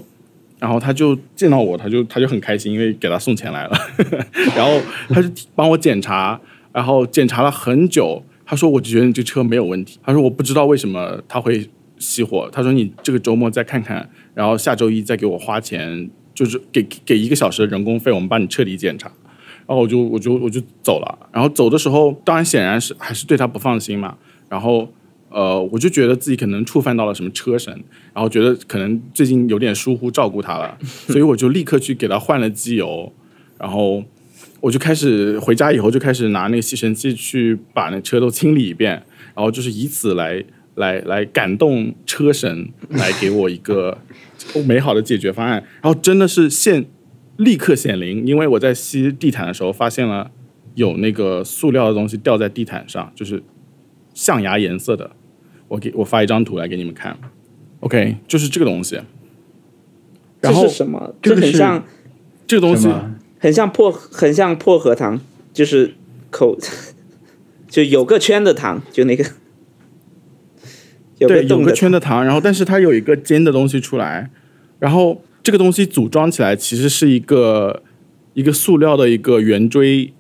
Speaker 2: 然后他就见到我，他就他就很开心，因为给他送钱来了。 然后他就帮我检查，然后检查了很久，他说我觉得你这车没有问题。他说我不知道为什么他会熄火，他说你这个周末再看看，然后下周一再给我花钱就是给给一个小时的人工费，我们帮你彻底检查。然后我就我就我就走了。然后走的时候，当然显然是还是对他不放心嘛。然后呃，我就觉得自己可能触犯到了什么车神，然后觉得可能最近有点疏忽照顾他了，所以我就立刻去给他换了机油，然后我就开始回家以后就开始拿那个吸尘器去把那车都清理一遍，然后就是以此来来来感动车神，来给我一个 美好的解决方案。然后真的是现立刻显灵，因为我在吸地毯的时候发现了有那个塑料的东西掉在地毯上，就是象牙颜色的。我给我发一张图来给你们看，OK，就是这个东西。然
Speaker 3: 这
Speaker 2: 后
Speaker 3: 是什么？
Speaker 4: 这
Speaker 3: 这
Speaker 4: 个
Speaker 3: 很
Speaker 4: 是
Speaker 3: 像，
Speaker 2: 这个东
Speaker 4: 什
Speaker 2: 西
Speaker 4: 么？
Speaker 3: 很像薄，很像薄荷糖，就是口， 就有个圈的糖，就那个有
Speaker 2: 对，
Speaker 3: 个
Speaker 2: 有
Speaker 3: 洞
Speaker 2: 个
Speaker 3: 的
Speaker 2: 圈的糖， 然后但是它有一个尖的东西出来，然后这个东西组装起来其实是一个一个塑料的一个圆锥，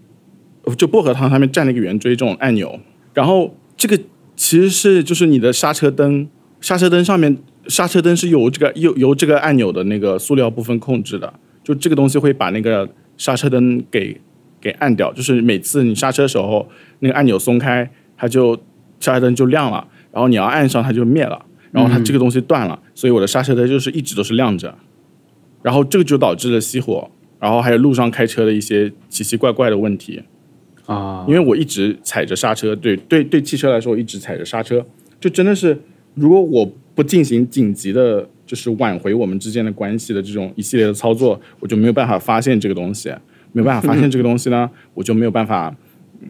Speaker 2: 就薄荷糖上面站了一个圆锥这种按钮，然后这个其实是就是你的刹车灯，刹车灯上面刹车灯是由这个由由这个按钮的那个塑料部分控制的，就这个东西会把那个刹车灯给给按掉，就是每次你刹车的时候那个按钮松开，它就刹车灯就亮了。然后你要按上它就灭了，然后它这个东西断了，所以我的刹车灯就是一直都是亮着，然后这个就导致了熄火，然后还有路上开车的一些奇奇怪怪的问题，
Speaker 4: 啊
Speaker 2: 因为我一直踩着刹车，对对对，汽车来说我一直踩着刹车，就真的是如果我不进行紧急的，就是挽回我们之间的关系的这种一系列的操作，我就没有办法发现这个东西，没有办法发现这个东西呢，我就没有办法，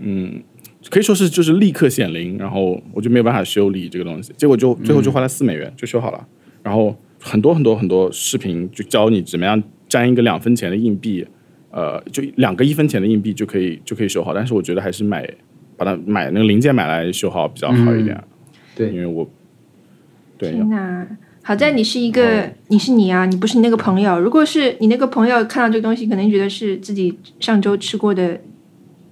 Speaker 2: 嗯，可以说是就是立刻显灵，然后我就没有办法修理这个东西，结果就最后就花了四美元就修好了，然后很多很多很多视频就教你怎么样粘一个两分钱的硬币。呃，就两个一分钱的硬币就可以就可以修好，但是我觉得还是买把它买那个零件买来修好比较好一点。
Speaker 4: 对
Speaker 2: 因为我对
Speaker 5: 天哪！好在你是一个，你是你啊，你不是你那个朋友。如果是你那个朋友看到这个东西，可能觉得是自己上周吃过的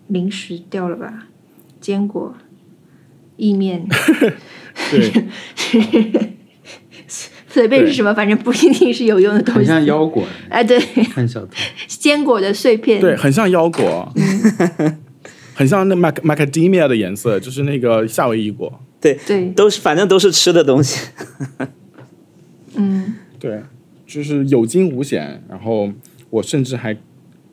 Speaker 5: 零食掉了吧，坚果、意面，
Speaker 2: 对
Speaker 5: 随便是
Speaker 2: 对
Speaker 5: 什么，反正不一定是有用的东
Speaker 4: 很
Speaker 5: 西。
Speaker 4: 像腰果，
Speaker 5: 哎，对，
Speaker 4: 看小 偷。
Speaker 5: 坚果的碎片，
Speaker 2: 对，很像腰果，很像那 mac macadamia 的颜色，就是那个夏威夷果。
Speaker 5: 对，
Speaker 3: 都是反正都是吃的东西。
Speaker 5: 嗯，
Speaker 2: 对，就是有惊无险。然后我甚至还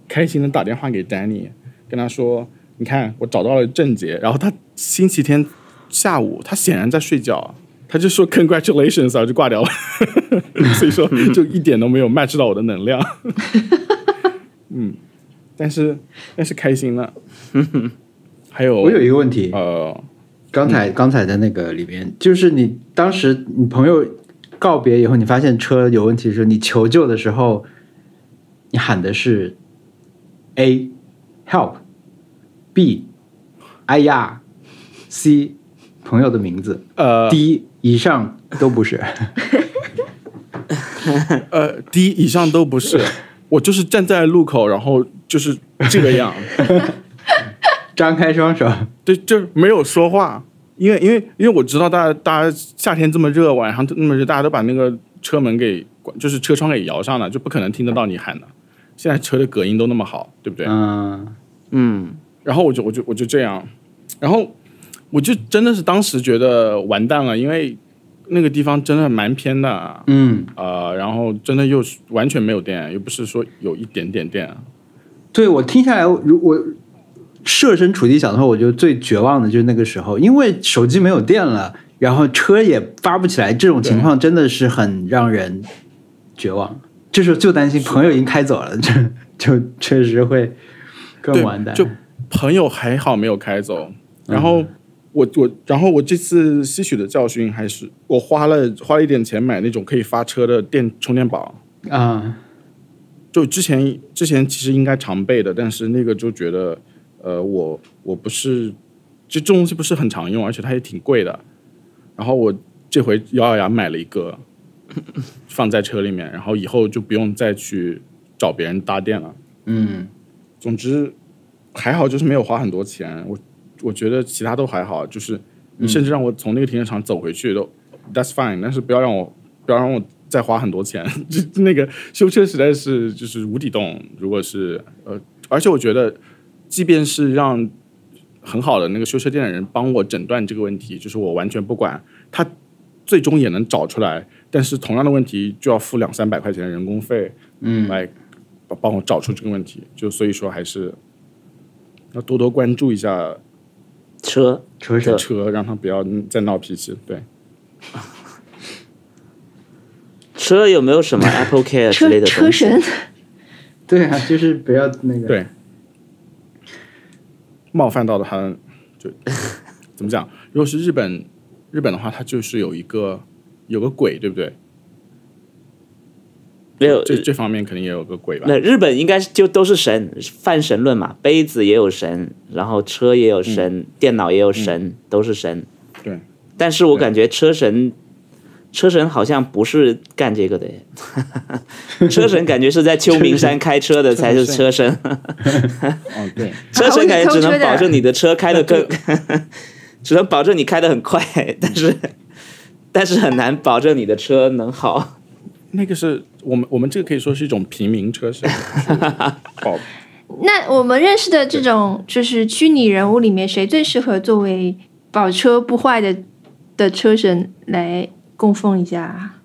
Speaker 2: 开心的打电话给丹尼，跟他说：“你看，我找到了症结。”然后他星期天下午，他显然在睡觉，他就说 “Congratulations”，然后就啊挂掉了。 所以说，就一点都没有 match 到我的能量。嗯，但是但是开心了。还有，
Speaker 4: 我有一个问题，
Speaker 2: 呃，
Speaker 4: 刚才刚才的那个里面，就是你当时你朋友告别以后，你发现车有问题的时候，你求救的时候，你喊的是 A help，B 哎呀，C 朋友的名字、
Speaker 2: 呃，
Speaker 4: d 以上都不是。
Speaker 2: 呃，第一以上都不是，我就是站在路口，然后就是这个样，
Speaker 4: 张开双手，
Speaker 2: 对，就是没有说话，因为因为因为我知道大家大家夏天这么热，晚上那么热，大家都把那个车门给关，就是车窗给摇上了，就不可能听得到你喊的。现在车的隔音都那么好，对不对？
Speaker 4: 嗯，
Speaker 3: 嗯，
Speaker 2: 然后我就我就我就这样，然后我就真的是当时觉得完蛋了，因为那个地方真的蛮偏的啊，
Speaker 4: 嗯，
Speaker 2: 呃，然后真的又是完全没有电，又不是说有一点点电啊，
Speaker 4: 对我听下来，如我设身处地想的话，我觉得最绝望的就是那个时候，因为手机没有电了，然后车也发不起来，这种情况真的是很让人绝望。这时候就担心朋友已经开走了，这 就确实会更
Speaker 2: 对，
Speaker 4: 完蛋。
Speaker 2: 就朋友还好没有开走，然后我我然后我这次吸取的教训还是我花了花了一点钱买那种可以发车的电充电宝，
Speaker 4: 啊，
Speaker 2: 就之前之前其实应该常备的，但是那个就觉得呃我我不是就这东西不是很常用，而且它也挺贵的，然后我这回咬咬牙买了一个放在车里面，然后以后就不用再去找别人搭电了。
Speaker 4: 嗯，
Speaker 2: 总之还好，就是没有花很多钱。我我觉得其他都还好，就是你甚至让我从那个停车场走回去都、that's fine，但是不要让我不要让我再花很多钱， 就那个修车实在是就是无底洞。如果是呃，而且我觉得，即便是让很好的那个修车店的人帮我诊断这个问题，就是我完全不管，他最终也能找出来。但是同样的问题就要付两三百块钱的人工费，嗯，来帮帮我找出这个问题。就所以说还是要多多关注一下
Speaker 3: 车
Speaker 4: 车
Speaker 2: 这
Speaker 4: 车
Speaker 2: 车，让他不要再闹脾气。对，
Speaker 3: 车有没有什么 Apple Care 之类
Speaker 5: 车
Speaker 3: 的
Speaker 5: 车
Speaker 3: 东西？
Speaker 5: 神，
Speaker 4: 对啊，就是不要那个
Speaker 2: 对冒犯到了他，就怎么讲？如果是日本，日本的话，它就是有一个有个鬼，对不对？
Speaker 3: 没有，呃
Speaker 2: 这这方面肯定也有个鬼吧？
Speaker 3: 那日本应该是就都是神，泛神论嘛，杯子也有神，然后车也有神，电脑也有神，都是神。
Speaker 2: 对，
Speaker 3: 但是我
Speaker 2: 对
Speaker 3: 感觉车神，车神好像不是干这个的耶， 车神感觉是在秋名山开 车的才是车神，
Speaker 2: 嗯，对，
Speaker 3: 车神感觉只
Speaker 5: 我是偷车
Speaker 3: 能
Speaker 5: 的
Speaker 3: 保证你的车开得 更，只能保证你开得很 快，但是但是很难保证你的车能好。
Speaker 2: 那个是我们我们这个可以说是一种平民车 神，就是保
Speaker 5: 那我们认识的这种就是虚拟人物里面，谁最适合作为保车不坏的的车神来供奉一下啊？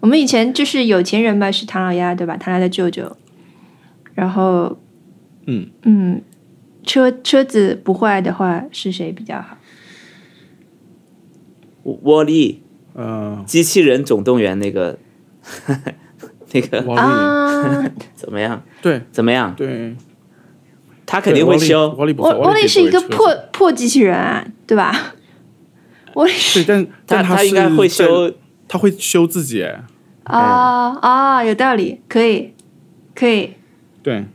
Speaker 5: 我们以前就是有钱人嘛，是唐老鸭对吧？唐老鸭的舅舅，然后
Speaker 2: 嗯
Speaker 5: 嗯，车车子不坏的话是谁比较好？
Speaker 3: 沃利
Speaker 2: 呃，
Speaker 3: 机器人总动员那个 那个
Speaker 2: 王力、
Speaker 5: 啊，
Speaker 3: 怎么样？
Speaker 2: 对
Speaker 3: 怎么样？
Speaker 2: 对，
Speaker 3: 他肯定会修。
Speaker 2: 王力不
Speaker 5: 我
Speaker 2: 错，
Speaker 5: 我
Speaker 2: 王力
Speaker 5: 力
Speaker 2: 可以
Speaker 5: 是一
Speaker 2: 作
Speaker 5: 个
Speaker 2: 为车神
Speaker 5: 破，破机器人啊，对吧？我力
Speaker 2: 对，
Speaker 5: 是
Speaker 2: 但
Speaker 3: 他
Speaker 2: 但
Speaker 3: 他
Speaker 2: 是
Speaker 3: 应该会修，
Speaker 2: 他会修自己， 哎
Speaker 5: 啊啊，有道理，可以，可以，
Speaker 2: 对，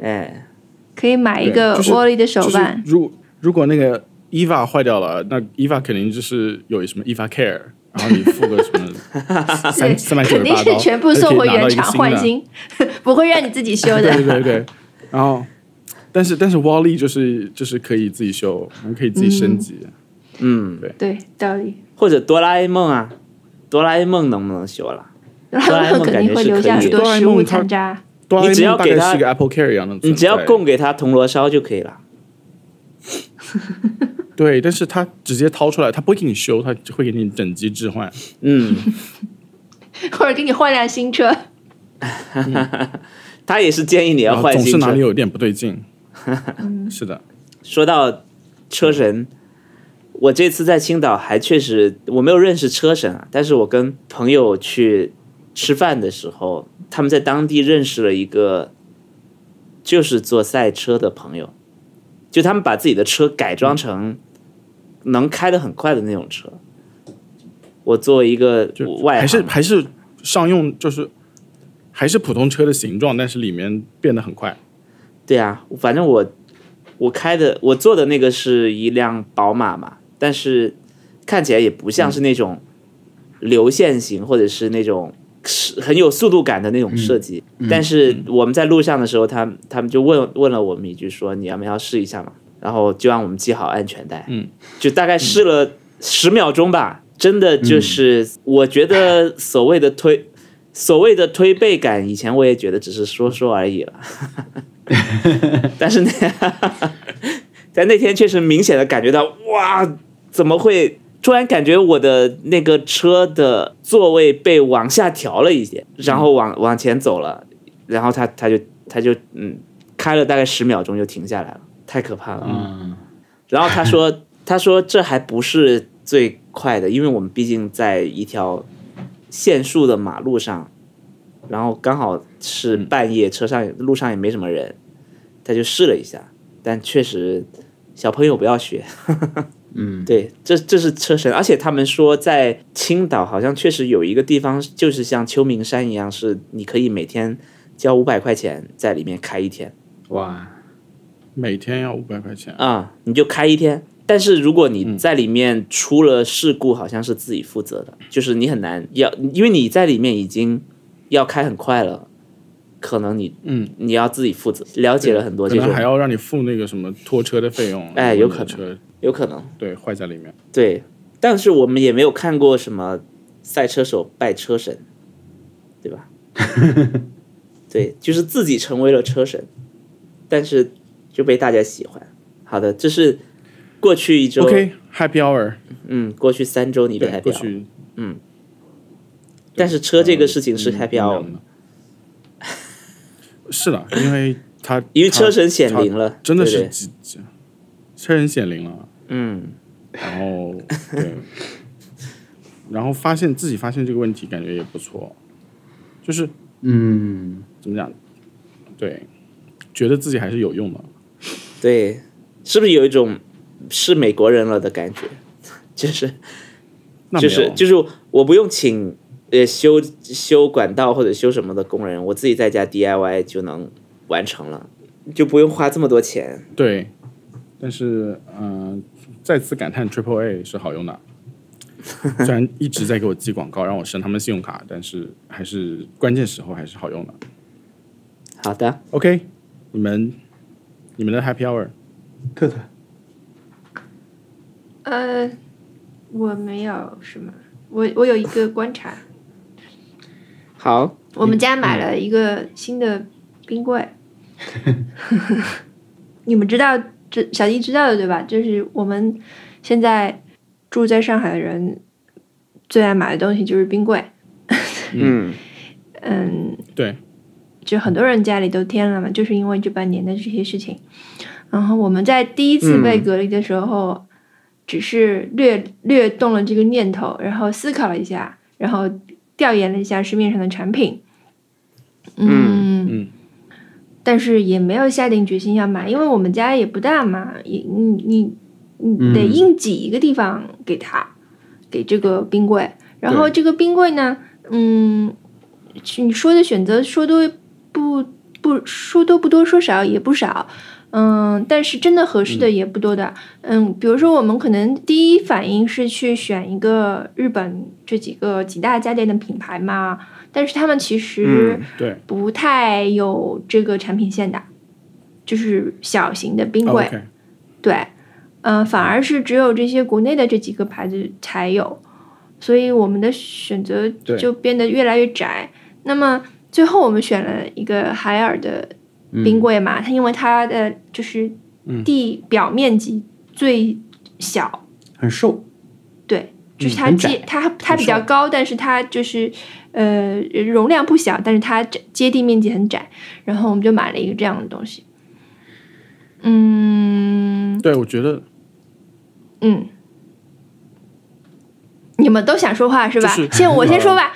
Speaker 3: 哎，
Speaker 5: 可以买一个
Speaker 2: 对就是
Speaker 5: 沃力的手办。
Speaker 2: 就是、如果如果那个 Eva 坏掉了，那 Eva 肯定就是有什么 Eva Care，然后你付个什 么三三百九
Speaker 5: 肯
Speaker 2: 十
Speaker 5: 定
Speaker 2: 八
Speaker 5: 是
Speaker 2: 刀，
Speaker 5: 全部送回原厂换
Speaker 2: 新。
Speaker 5: 新，不会让你自己修的。
Speaker 2: 对对对对，然后。但是但是 Wally 就是就是可以自己修，我们可以自己升级。
Speaker 3: 嗯，
Speaker 5: 对道理。
Speaker 3: 或者哆啦 A 梦啊，哆啦 A 梦能不能修了？
Speaker 5: 然
Speaker 3: 哆啦 A
Speaker 5: 后
Speaker 3: 梦
Speaker 5: 肯定会留下很多
Speaker 2: 感觉是可以
Speaker 5: 食物残渣。
Speaker 2: 哆啦 A
Speaker 3: 你只要
Speaker 2: 梦大
Speaker 3: 给
Speaker 2: 概
Speaker 3: 他
Speaker 2: 是一个 Apple Care 一样的存在，
Speaker 3: 你只要供给他铜锣烧就可以了。
Speaker 2: 对，但是他直接掏出来，他不会给你修，他会给你整机置换。
Speaker 3: 嗯，
Speaker 5: 或者给你换辆新车，
Speaker 3: 他也是建议你要
Speaker 2: 然后
Speaker 3: 换
Speaker 2: 总是
Speaker 3: 新
Speaker 2: 哪
Speaker 3: 车
Speaker 2: 里。有点不对 劲。是的，
Speaker 3: 说到车神，我这次在青岛还确实我没有认识车神啊，但是我跟朋友去吃饭的时候，他们在当地认识了一个就是做赛车的朋友，就他们把自己的车改装成能开得很快的那种车。我作为一个
Speaker 2: 就
Speaker 3: 外
Speaker 2: 还是
Speaker 3: 行
Speaker 2: 还是商用，就是还是普通车的形状，但是里面变得很快。
Speaker 3: 对啊，反正我我开的我坐的那个是一辆宝马嘛，但是看起来也不像是那种流线型或者是那种是很有速度感的那种设计。但是我们在路上的时候，他们他们就问问了我们一句说你要不要试一下嘛？然后就让我们系好安全带，
Speaker 2: 嗯，
Speaker 3: 就大概试了十秒钟吧。真的就是，我觉得所谓的推，所谓的推背感，以前我也觉得只是说说而已了。 但是那，但那天确实明显的感觉到，哇，怎么会突然感觉我的那个车的座位被往下调了一些，然后往往前走了，然后他他就他就嗯开了大概十秒钟就停下来了，太可怕了。
Speaker 4: 嗯，
Speaker 3: 然后他说他说这还不是最快的，因为我们毕竟在一条限速的马路上，然后刚好是半夜，车上也路上也没什么人，他就试了一下，但确实小朋友不要学。嗯， 对，这这是车神，而且他们说在青岛好像确实有一个地方，就是像秋名山一样，是你可以每天交五百块钱在里面开一天。
Speaker 4: 哇，
Speaker 2: 每天要五百块钱，
Speaker 3: 啊、你就开一天。但是如果
Speaker 2: 嗯
Speaker 3: 你在里面出了事故，好像是自己负责的，就是你很难要，因为你在里面已经要开很快了，可能你
Speaker 2: 嗯，
Speaker 3: 你要自己负责。了解了很多
Speaker 2: 可
Speaker 3: 这
Speaker 2: 能还
Speaker 3: 种，
Speaker 2: 要让你付那个什么拖车的费用。
Speaker 3: 哎
Speaker 2: 如果你的
Speaker 3: 有
Speaker 2: 车
Speaker 3: 有可能
Speaker 2: 对坏在里面，
Speaker 3: 对，但是我们也没有看过什么赛车手拜车神，对吧？对，就是自己成为了车神，但是就被大家喜欢。好的，这是过去一周
Speaker 2: OK，Happy Hour，
Speaker 3: 嗯，过去三周你的
Speaker 2: 对，过
Speaker 3: happy hour，
Speaker 2: 去。
Speaker 3: 但是车这个事情是 happy
Speaker 2: 嗯
Speaker 3: hour，、
Speaker 2: 嗯是的，因为他
Speaker 3: 因为车
Speaker 2: 他
Speaker 3: 神显灵了，
Speaker 2: 真的
Speaker 3: 对
Speaker 2: 是
Speaker 3: 不对
Speaker 2: 几几车神显灵了，
Speaker 3: 嗯，
Speaker 2: 然 后对，然后发现自己发现这个问题，感觉也不错，就是
Speaker 4: 嗯，
Speaker 2: 怎么讲，对，觉得自己还是有用的。
Speaker 3: 对，是不是有一种是美国人了的感觉？ 就是
Speaker 2: 那
Speaker 3: 就
Speaker 2: 没
Speaker 3: 是
Speaker 2: 有
Speaker 3: 就是我不用请呃修修管道或者修什么的工人，我自己在家 DIY 就能完成了，就不用花这么多钱。
Speaker 2: 对，但是嗯、呃再次感叹 Triple A 是好用的，虽然一直在给我寄广告让我升他们信用卡，但是还是关键时候还是好用的。
Speaker 3: 好的，
Speaker 2: OK，你们你们的 Happy Hour
Speaker 4: 特特，
Speaker 5: 呃，我没有什么，我我有一个观察，
Speaker 3: 好，
Speaker 5: 我们家买了一个新的 冰柜。 你们知道这小弟知道的对吧？就是我们现在住在上海的人最爱买的东西就是冰柜。
Speaker 3: 嗯
Speaker 5: 嗯，
Speaker 2: 对，
Speaker 5: 就很多人家里都添了嘛，就是因为这半年的这些事情。然后我们在第一次被隔离的时候，只是略略动了这个念头，然后思考了一下，然后调研了一下市面上的产品，嗯
Speaker 2: 嗯
Speaker 5: 但是也没有下定决心要买，因为我们家也不大嘛，也你你你
Speaker 4: 嗯
Speaker 5: 得硬挤一个地方给他，给这个冰柜。然后
Speaker 2: 对
Speaker 5: 这个冰柜呢，嗯，是你说的选择说多不不说多不多，说少也不少。嗯，但是真的合适的也不多的。嗯，比如说我们可能第一反应是去选一个日本这几个几大家电的品牌嘛，但是他们其实
Speaker 3: 嗯
Speaker 2: 对
Speaker 5: 不太有这个产品线的，就是小型的冰柜。
Speaker 2: 哦 OK
Speaker 5: 对，嗯、反而是只有这些国内的这几个牌子才有，所以我们的选择
Speaker 2: 对
Speaker 5: 就变得越来越窄。那么最后我们选了一个海尔的冰柜
Speaker 2: 嗯
Speaker 5: 嘛，它因为它的就是地表面积最小，
Speaker 4: 很瘦，
Speaker 5: 对，就是
Speaker 4: 嗯
Speaker 5: 它
Speaker 4: 很
Speaker 5: 接
Speaker 4: 窄
Speaker 5: 它它
Speaker 2: 很
Speaker 5: 比较
Speaker 2: 瘦
Speaker 5: 高，但是它就是呃容量不小，但是它接接地面积很窄，然后我们就买了一个这样的东西。嗯
Speaker 2: 对，我觉得
Speaker 5: 嗯，你们都想说话是吧？
Speaker 2: 就是
Speaker 5: 先我先说 吧，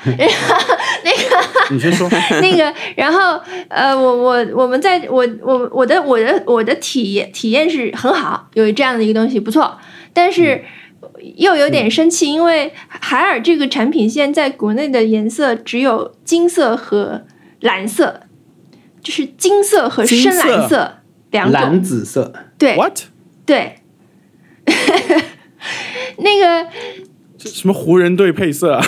Speaker 2: 你先说。
Speaker 5: 那个，然后呃，我我我们在我我我的我的我的体验体验是很好，有这样的一个东西不错，但
Speaker 2: 嗯
Speaker 5: 是又有点生气，因为海尔这个产品线在国内的颜色只有金色和蓝色，就是金色和
Speaker 2: 金
Speaker 5: 深蓝
Speaker 2: 色
Speaker 5: 色两种
Speaker 4: 蓝，紫色，
Speaker 5: 对
Speaker 2: What？
Speaker 5: 对， 那个
Speaker 2: 什么湖人队配色啊？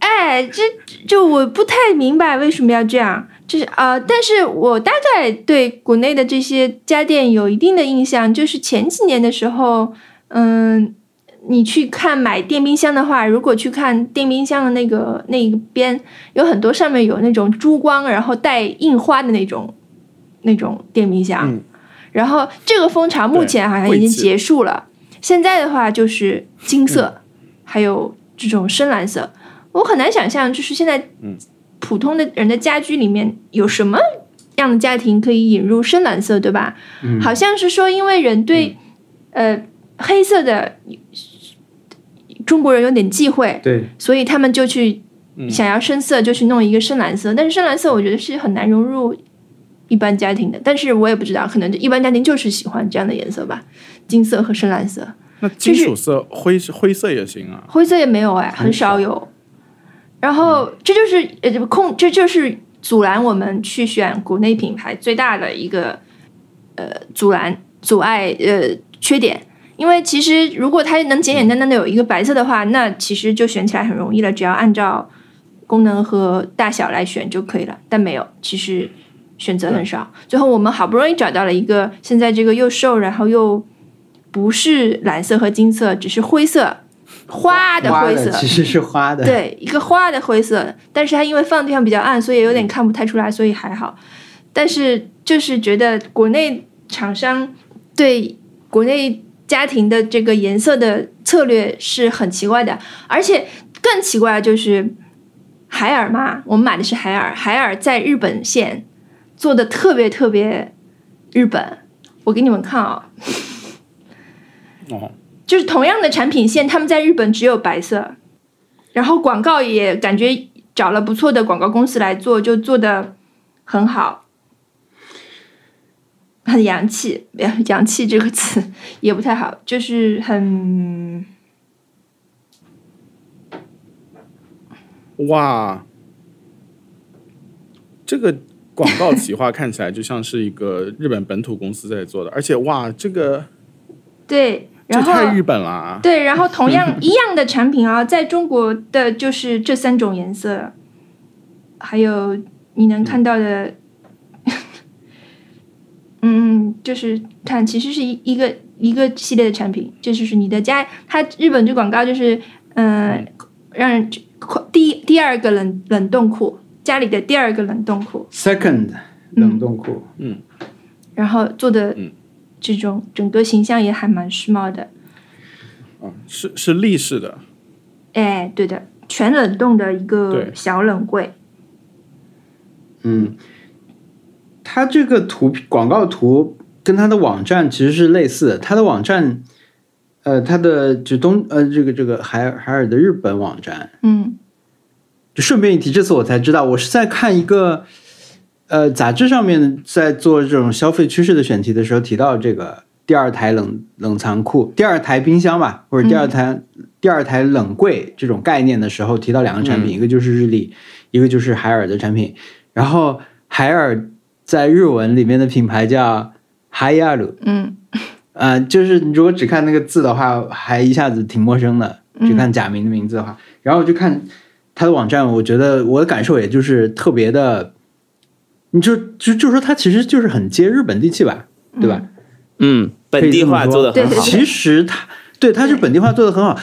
Speaker 5: 哎，这就我不太明白为什么要这样，就是呃，但是我大概对国内的这些家电有一定的印象，就是前几年的时候，嗯，你去看买电冰箱的话，如果去看电冰箱的那个那一边，有很多上面有那种珠光，然后带印花的那种那种电冰箱，
Speaker 2: 嗯
Speaker 5: 然后这个风潮目
Speaker 2: 对
Speaker 5: 前好像
Speaker 2: 贵
Speaker 5: 已经
Speaker 2: 气
Speaker 5: 结束了，现在的话就是金色，还有这种深蓝色，我很难想象，就是现在
Speaker 2: 嗯
Speaker 5: 普通的人的家居里面有什么样的家庭可以引入深蓝色，对吧？
Speaker 4: 嗯
Speaker 5: 好像是说，因为人
Speaker 2: 嗯
Speaker 5: 对、呃黑色的中国人有点忌讳，
Speaker 4: 对，
Speaker 5: 所以他们就去
Speaker 2: 嗯
Speaker 5: 想要深色，就去弄一个深蓝色。但是深蓝色我觉得是很难融入一般家庭的，但是我也不知道，可能一般家庭就是喜欢这样的颜色吧，金色和深蓝色。
Speaker 2: 那金属色、灰灰色也行啊。
Speaker 5: 灰色也没有哎，很少有。然后这就是呃这控，这就是阻拦我们去选国内品牌最大的一个呃阻拦、阻碍呃缺点。因为其实如果它能简简单单的有一个白色的话，那其实就选起来很容易了，只要按照功能和大小来选就可以了。但没有，其实选择很少。最后我们好不容易找到了一个，现在这个又瘦，然后又不是蓝色和金色，只是灰色花的
Speaker 4: 花
Speaker 5: 灰
Speaker 4: 的
Speaker 5: 色，
Speaker 4: 其实是花的，
Speaker 5: 对，一个花的灰色，但是它因为放的地方比较暗，所以有点看不太出来，所以还好。但是就是觉得国内厂商对国内家庭的这个颜色的策略是很奇怪的，而且更奇怪的就是海尔嘛，我们买的是海尔，海尔在日本线做的特别特别日本，我给你们看啊、
Speaker 2: 哦，
Speaker 5: 就是同样的产品线，他们在日本只有白色，然后广告也感觉找了不错的广告公司来做，就做的很好，很洋气。 呃洋气这个词也不太好，就是很
Speaker 2: 哇，这个广告企划看起来就像是一个日本本土公司在做的，而且哇，这个
Speaker 5: 对。
Speaker 2: 这
Speaker 5: 然后
Speaker 2: 太日本了啊！
Speaker 5: 对，然后同样一样的产品啊，在中国的就是这三种颜色，还有你能看到的， 嗯，就是看其实是一一个一个系列的产品，这就是你的家。它日本这广告就是，嗯，让人第第二个冷冷冻库，家里的第二个冷冻库，
Speaker 4: ，second 冷冻库，
Speaker 5: 然后做的
Speaker 2: 嗯
Speaker 5: 这种整个形象也还蛮时髦的。
Speaker 2: 啊，是是立式的，
Speaker 5: 哎，对的，全冷冻的一个
Speaker 2: 对
Speaker 5: 小冷柜。
Speaker 4: 嗯，它这个图广告图跟它的网站其实是类似的，它的网站，呃，它的就东呃这个这个海尔海尔的日本网站，
Speaker 5: 嗯
Speaker 4: 就顺便一提，这次我才知道，我是在看一个呃杂志上面在做这种消费趋势的选题的时候提到这个第二台冷冷藏库、第二台冰箱吧，或者第二台、第二台冷柜这种概念的时候，提到两个产品，一个就是日立，一个就是海尔的产品。然后海尔在日文里面的品牌叫海亚鲁，
Speaker 5: 嗯
Speaker 4: 呃，就是你如果只看那个字的话，还一下子挺陌生的。
Speaker 5: 嗯
Speaker 4: 只看假名的名字的话，然后就看他的网站，我觉得我的感受也就是特别的，你就就就说他其实就是很接日本地气吧，对吧？
Speaker 3: 嗯，本地化做的嗯很
Speaker 5: 可以这么
Speaker 3: 好
Speaker 5: 说，
Speaker 4: 其实他对他是
Speaker 5: 对
Speaker 4: 本地化做的很好，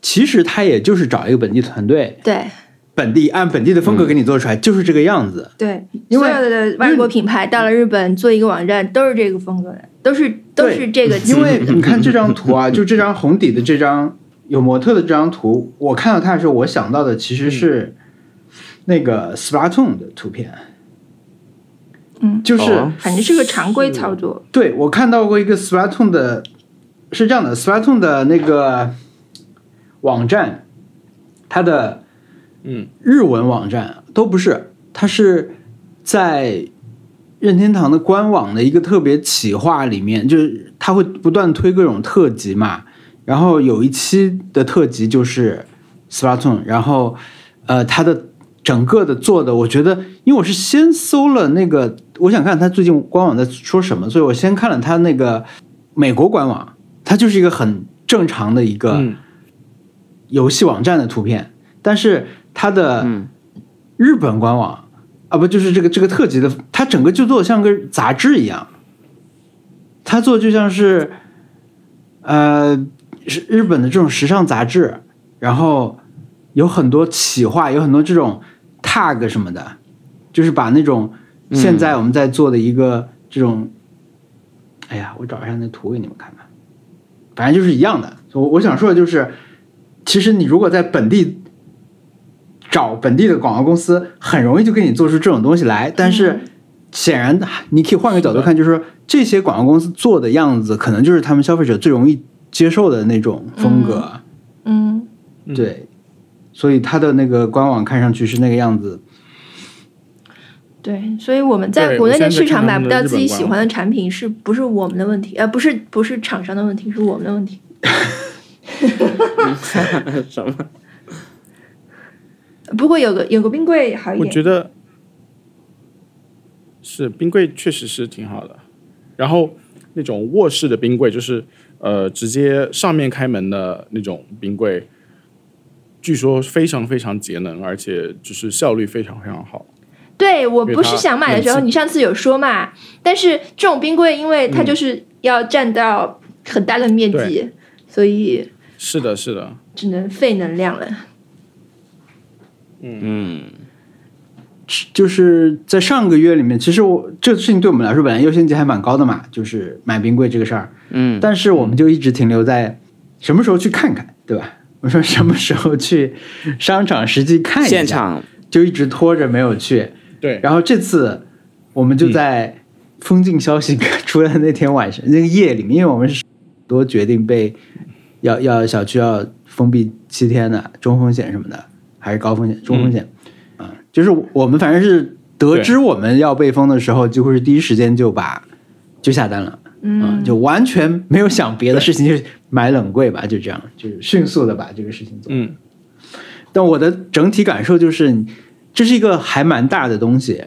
Speaker 4: 其实他也就是找一个本地团队，
Speaker 5: 对
Speaker 4: 本地按本地的
Speaker 3: 嗯
Speaker 4: 风格给你做出来，就是这个样子。
Speaker 5: 对，
Speaker 4: 因为
Speaker 5: 所有的外国品牌到了日本做一个网站都是这个风格的，都是都
Speaker 4: 对
Speaker 5: 是这 个气质
Speaker 4: 因
Speaker 5: 的。
Speaker 4: 为你看这张图啊，就这张红底的这张有模特的这张图，我看到它的时候，我想到的其实是那个 Splatoon 的图片。
Speaker 5: 嗯
Speaker 4: 就是、
Speaker 3: 哦
Speaker 5: 反正是个常规操作。
Speaker 4: 对我看到过一个 Splatoon 的，是这样的，Splatoon 的那个网站，它的
Speaker 2: 嗯
Speaker 4: 日文网站都不是，它是在任天堂的官网的一个特别企划里面，就是它会不断推各种特辑嘛，然后有一期的特辑就是 Splatoon，然后呃，它的整个的做的，我觉得，因为我是先搜了那个，我想看它最近官网在说什么，所以我先看了它那个美国官网，它就是一个很正常的一个。
Speaker 2: 嗯，
Speaker 4: 游戏网站的图片，但是它的日本官网、啊，不就是这个这个特辑的，它整个就做的像个杂志一样，它做就像是呃是日本的这种时尚杂志，然后有很多企划，有很多这种 tag 什么的，就是把那种现在我们在做的一个这种，哎呀，我找一下那图给你们看看，反正就是一样的。我我想说的就是。其实你如果在本地找本地的广告公司，很容易就给你做出这种东西来。但是显然，你可以换个角度看，就是说这些广告公司做的样子，可能就是他们消费者最容易接受的那种风格。
Speaker 5: 嗯，
Speaker 2: 嗯
Speaker 4: 对，所以它的那个官网看上去是那个样子。
Speaker 5: 对，所以我们在
Speaker 2: 对
Speaker 5: 国内
Speaker 2: 我现
Speaker 5: 的
Speaker 2: 在
Speaker 5: 市场
Speaker 2: 看他
Speaker 5: 买
Speaker 2: 们
Speaker 5: 不
Speaker 2: 的
Speaker 5: 到
Speaker 2: 日
Speaker 5: 自
Speaker 2: 本
Speaker 5: 己
Speaker 2: 官
Speaker 5: 喜欢的产品，是不是我们的问题？呃，不是不是厂商的问题，是我们的问题。
Speaker 3: 什么？
Speaker 5: 不过有个有个冰柜好一
Speaker 2: 我
Speaker 5: 点。
Speaker 2: 觉得是冰柜确实是挺好的。然后那种卧室的冰柜，就是呃直接上面开门的那种冰柜，据说非常非常节能，而且就是效率非常非常好。
Speaker 5: 对我
Speaker 2: 因为
Speaker 5: 不是
Speaker 2: 它
Speaker 5: 想买的
Speaker 2: 冷
Speaker 5: 时候，
Speaker 2: 气
Speaker 5: 你上次有说嘛，但是这
Speaker 2: 嗯
Speaker 5: 种冰柜因为它就是要占到很大的面
Speaker 2: 对
Speaker 5: 积，所以
Speaker 2: 是的，是的，
Speaker 5: 只能费能量了。
Speaker 3: 嗯，
Speaker 4: 就是在上个月里面，其实我这个事情对我们来说本来优先级还蛮高的嘛，就是买冰柜这个事儿。
Speaker 3: 嗯，
Speaker 4: 但是我们就一直停留在什么时候去看看，对吧？我说什么时候去商场实际看一下，
Speaker 3: 现场
Speaker 4: 就一直拖着没有去。
Speaker 2: 对，
Speaker 4: 然后这次我们就在封禁消息 出来的那天晚上，那个夜里面，因为我们是很多决定被要要小区要封闭七天的中风险什么的，还是高风险中风险，啊、就是我们反正是得知我们要被封的时候，几乎是第一时间就把就下单了。嗯，就完全没有想别的事情，就是买冷柜吧，就这样，就是迅速的把这个事情做。
Speaker 2: 嗯，
Speaker 4: 但我的整体感受就是，这是一个还蛮大的东西，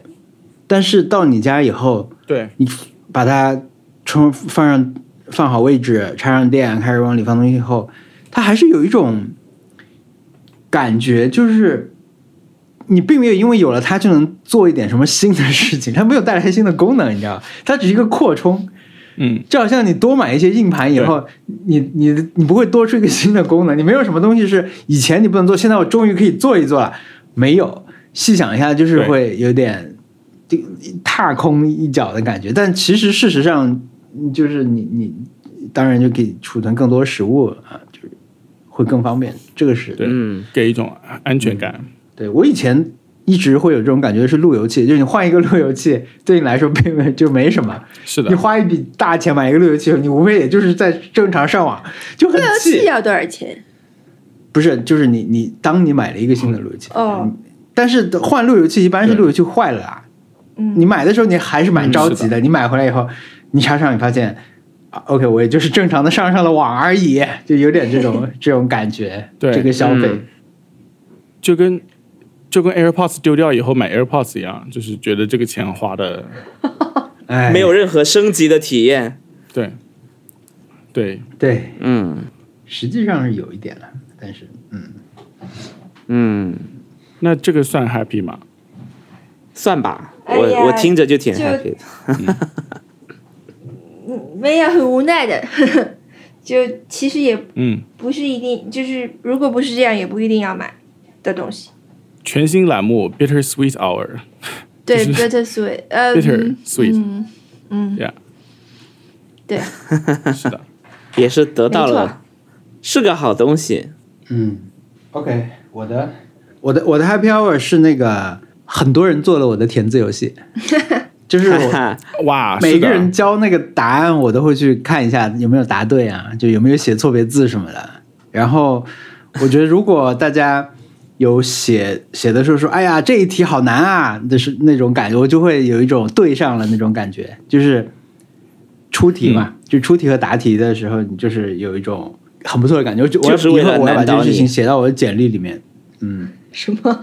Speaker 4: 但是到你家以后，
Speaker 2: 对，
Speaker 4: 你把它充放上放好位置，插上电，开始往里放东西以后，它还是有一种感觉，就是你并没有因为有了它就能做一点什么新的事情，它没有带来新的功能，你知道吗，它只是一个扩充。
Speaker 2: 嗯，
Speaker 4: 就好像你多买一些硬盘以后，你你你不会多出一个新的功能， 你没有什么东西是以前你不能做，现在我终于可以做一做了。没有，细想一下，就是
Speaker 2: 对
Speaker 4: 会有点就踏空一脚的感觉。但其实事实上，就是你你当然就可以储存更多食物啊，就是会更方便。这个是
Speaker 2: 对
Speaker 3: 嗯，
Speaker 2: 给一种安安全感。
Speaker 4: 对我以前一直会有这种感觉，是路由器，就是你换一个路由器，对你来说并没就没什么。
Speaker 2: 是
Speaker 4: 你
Speaker 2: 的，
Speaker 4: 花一笔大钱买一个路由器，你无非也就是在正常上网，就很
Speaker 5: 路由器啊
Speaker 4: 气。
Speaker 5: 要多少钱？
Speaker 4: 不是，就是你你当你买了一个新的路由器，
Speaker 5: 哦，
Speaker 4: 但是换路由器一般是路由器坏了啊。
Speaker 5: 嗯
Speaker 4: 你买的时候你还是蛮着
Speaker 2: 嗯
Speaker 4: 急
Speaker 2: 是
Speaker 4: 的，你买回来以后，你插上你发现、啊、，OK，我也就是正常的上上了网而已，就有点这 种这种感觉。
Speaker 2: 对
Speaker 4: 这个消费，
Speaker 2: 就跟就跟 AirPods 丢掉以后买 AirPods 一样，就是觉得这个钱花的，嗯
Speaker 4: 哎，
Speaker 3: 没有任何升级的体验。
Speaker 2: 对，对，
Speaker 4: 对，
Speaker 3: 嗯
Speaker 4: 实际上是有一点了，但是嗯，
Speaker 3: 嗯，
Speaker 2: 那这个算 happy 吗？
Speaker 3: 算吧，
Speaker 5: 哎呀
Speaker 3: 我我听着就挺
Speaker 5: 就
Speaker 3: happy 的。
Speaker 5: 没有，很无奈的。 就其实也
Speaker 2: 嗯，
Speaker 5: 不是一定，就是如果不是这样，也不一定要买的东西。
Speaker 2: 全新栏目 Bitter Sweet Hour，
Speaker 5: 对
Speaker 2: 就是
Speaker 5: ，bitter sweet，呃
Speaker 2: Bitter sweet
Speaker 5: 嗯嗯
Speaker 2: Yeah
Speaker 5: 对，
Speaker 2: 是的，
Speaker 3: 也是得到
Speaker 5: 没错
Speaker 3: 了，是个好东西。
Speaker 4: 嗯，OK，我的我的我的 Happy Hour 是那个很多人做了我的填字游 戏，就是
Speaker 3: 哈
Speaker 4: 我
Speaker 3: 哈，
Speaker 2: 哇，
Speaker 4: 每
Speaker 2: 是
Speaker 4: 个
Speaker 2: 的
Speaker 4: 人交那个答案，我都会去看一下有没有答对啊，就有没有写错别字什么的。然后我觉得如果大家有写写的时候说“哎呀，这一题好难啊”的是那种感觉，我就会有一种对上了那种感觉，就是出题嘛，
Speaker 3: 嗯
Speaker 4: 就出题和答题的时候，你就是有一种很不错的感觉。我就我要
Speaker 3: 就是为
Speaker 4: 以后
Speaker 3: 了
Speaker 4: 我要把
Speaker 3: 难
Speaker 4: 这
Speaker 3: 倒
Speaker 4: 个事情
Speaker 3: 你
Speaker 4: 写到我的简历里面，嗯。
Speaker 5: 什么？。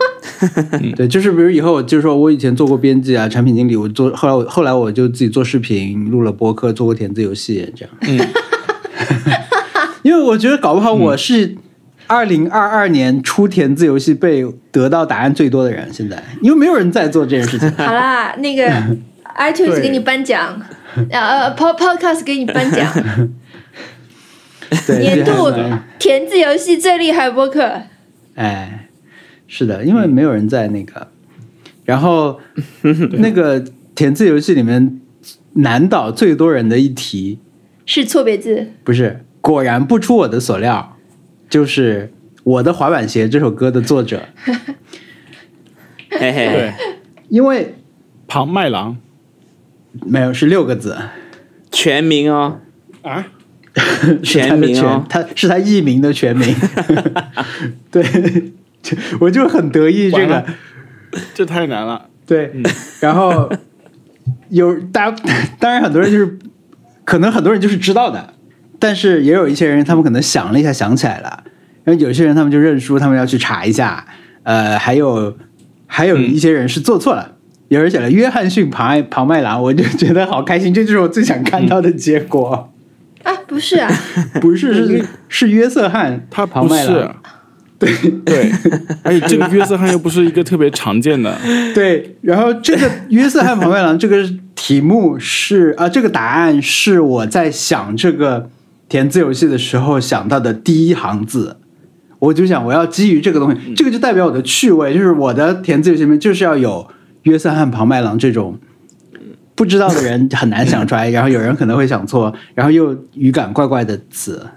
Speaker 4: 对，就是比如以后，就是说我以前做过编辑啊，产品经理，我做后来我后来我就自己做视频，录了播客，做过填字游戏这样。
Speaker 2: 嗯，
Speaker 4: 因为我觉得搞不好我是二零二二年出填字游戏被得到答案最多的人，现在因为没有人在做这件事情
Speaker 5: 好啦，那个 iTunes
Speaker 2: 对
Speaker 5: 给你颁奖，呃呃，Pod Podcast 给你颁奖，
Speaker 4: 对，
Speaker 5: 年度
Speaker 4: 这还蛮
Speaker 5: 填字游戏最厉害播客。
Speaker 4: 哎，是的，因为没有人在那个，然后那个填字游戏里面难倒最多人的一题
Speaker 5: 是错别字，
Speaker 4: 不是，果然不出我的所料，就是《我的滑板鞋》这首歌的作者，
Speaker 3: 嘿嘿
Speaker 2: 对，，
Speaker 4: 因为
Speaker 2: 庞麦郎
Speaker 4: 没有是六个 字，
Speaker 3: 全民哦，
Speaker 2: 啊，
Speaker 4: 是他
Speaker 3: 全
Speaker 4: 的
Speaker 3: 名
Speaker 4: 全，
Speaker 3: 哦
Speaker 4: 他是他艺名的全名。 对，就我就很得意这
Speaker 2: 完
Speaker 4: 个
Speaker 2: 了，这太难了，
Speaker 4: 对，然 后有大家，当然很多人就是，可能很多人就是知道的，但是也有一些人他们可能想了一下想起来了，然后有些人他们就认输，他们要去查一下，呃，还有还有一些人是做错了。有人写了约翰逊庞庞麦郎，我就觉得好开心，这就是我最想看到的结果。
Speaker 5: 啊，不 是啊，
Speaker 4: 不是是是约瑟翰，
Speaker 2: 嗯他
Speaker 4: 庞
Speaker 2: 不
Speaker 4: 麦
Speaker 2: 是
Speaker 4: 郎，，
Speaker 2: 对，而且这个约瑟翰又不是一个特别常见的，
Speaker 4: 对，然后这个约瑟翰庞麦郎这个题目是啊、这个答案是我在想这个填字由器的时候想到的第一行字，我就想我要基于这个东西，这个就代表我的趣味，就是我的填字游戏里面就是要有约瑟翰庞麦郎这种。不知道的人很难想出来，然后有人可能会想错，然后又语感怪怪的词，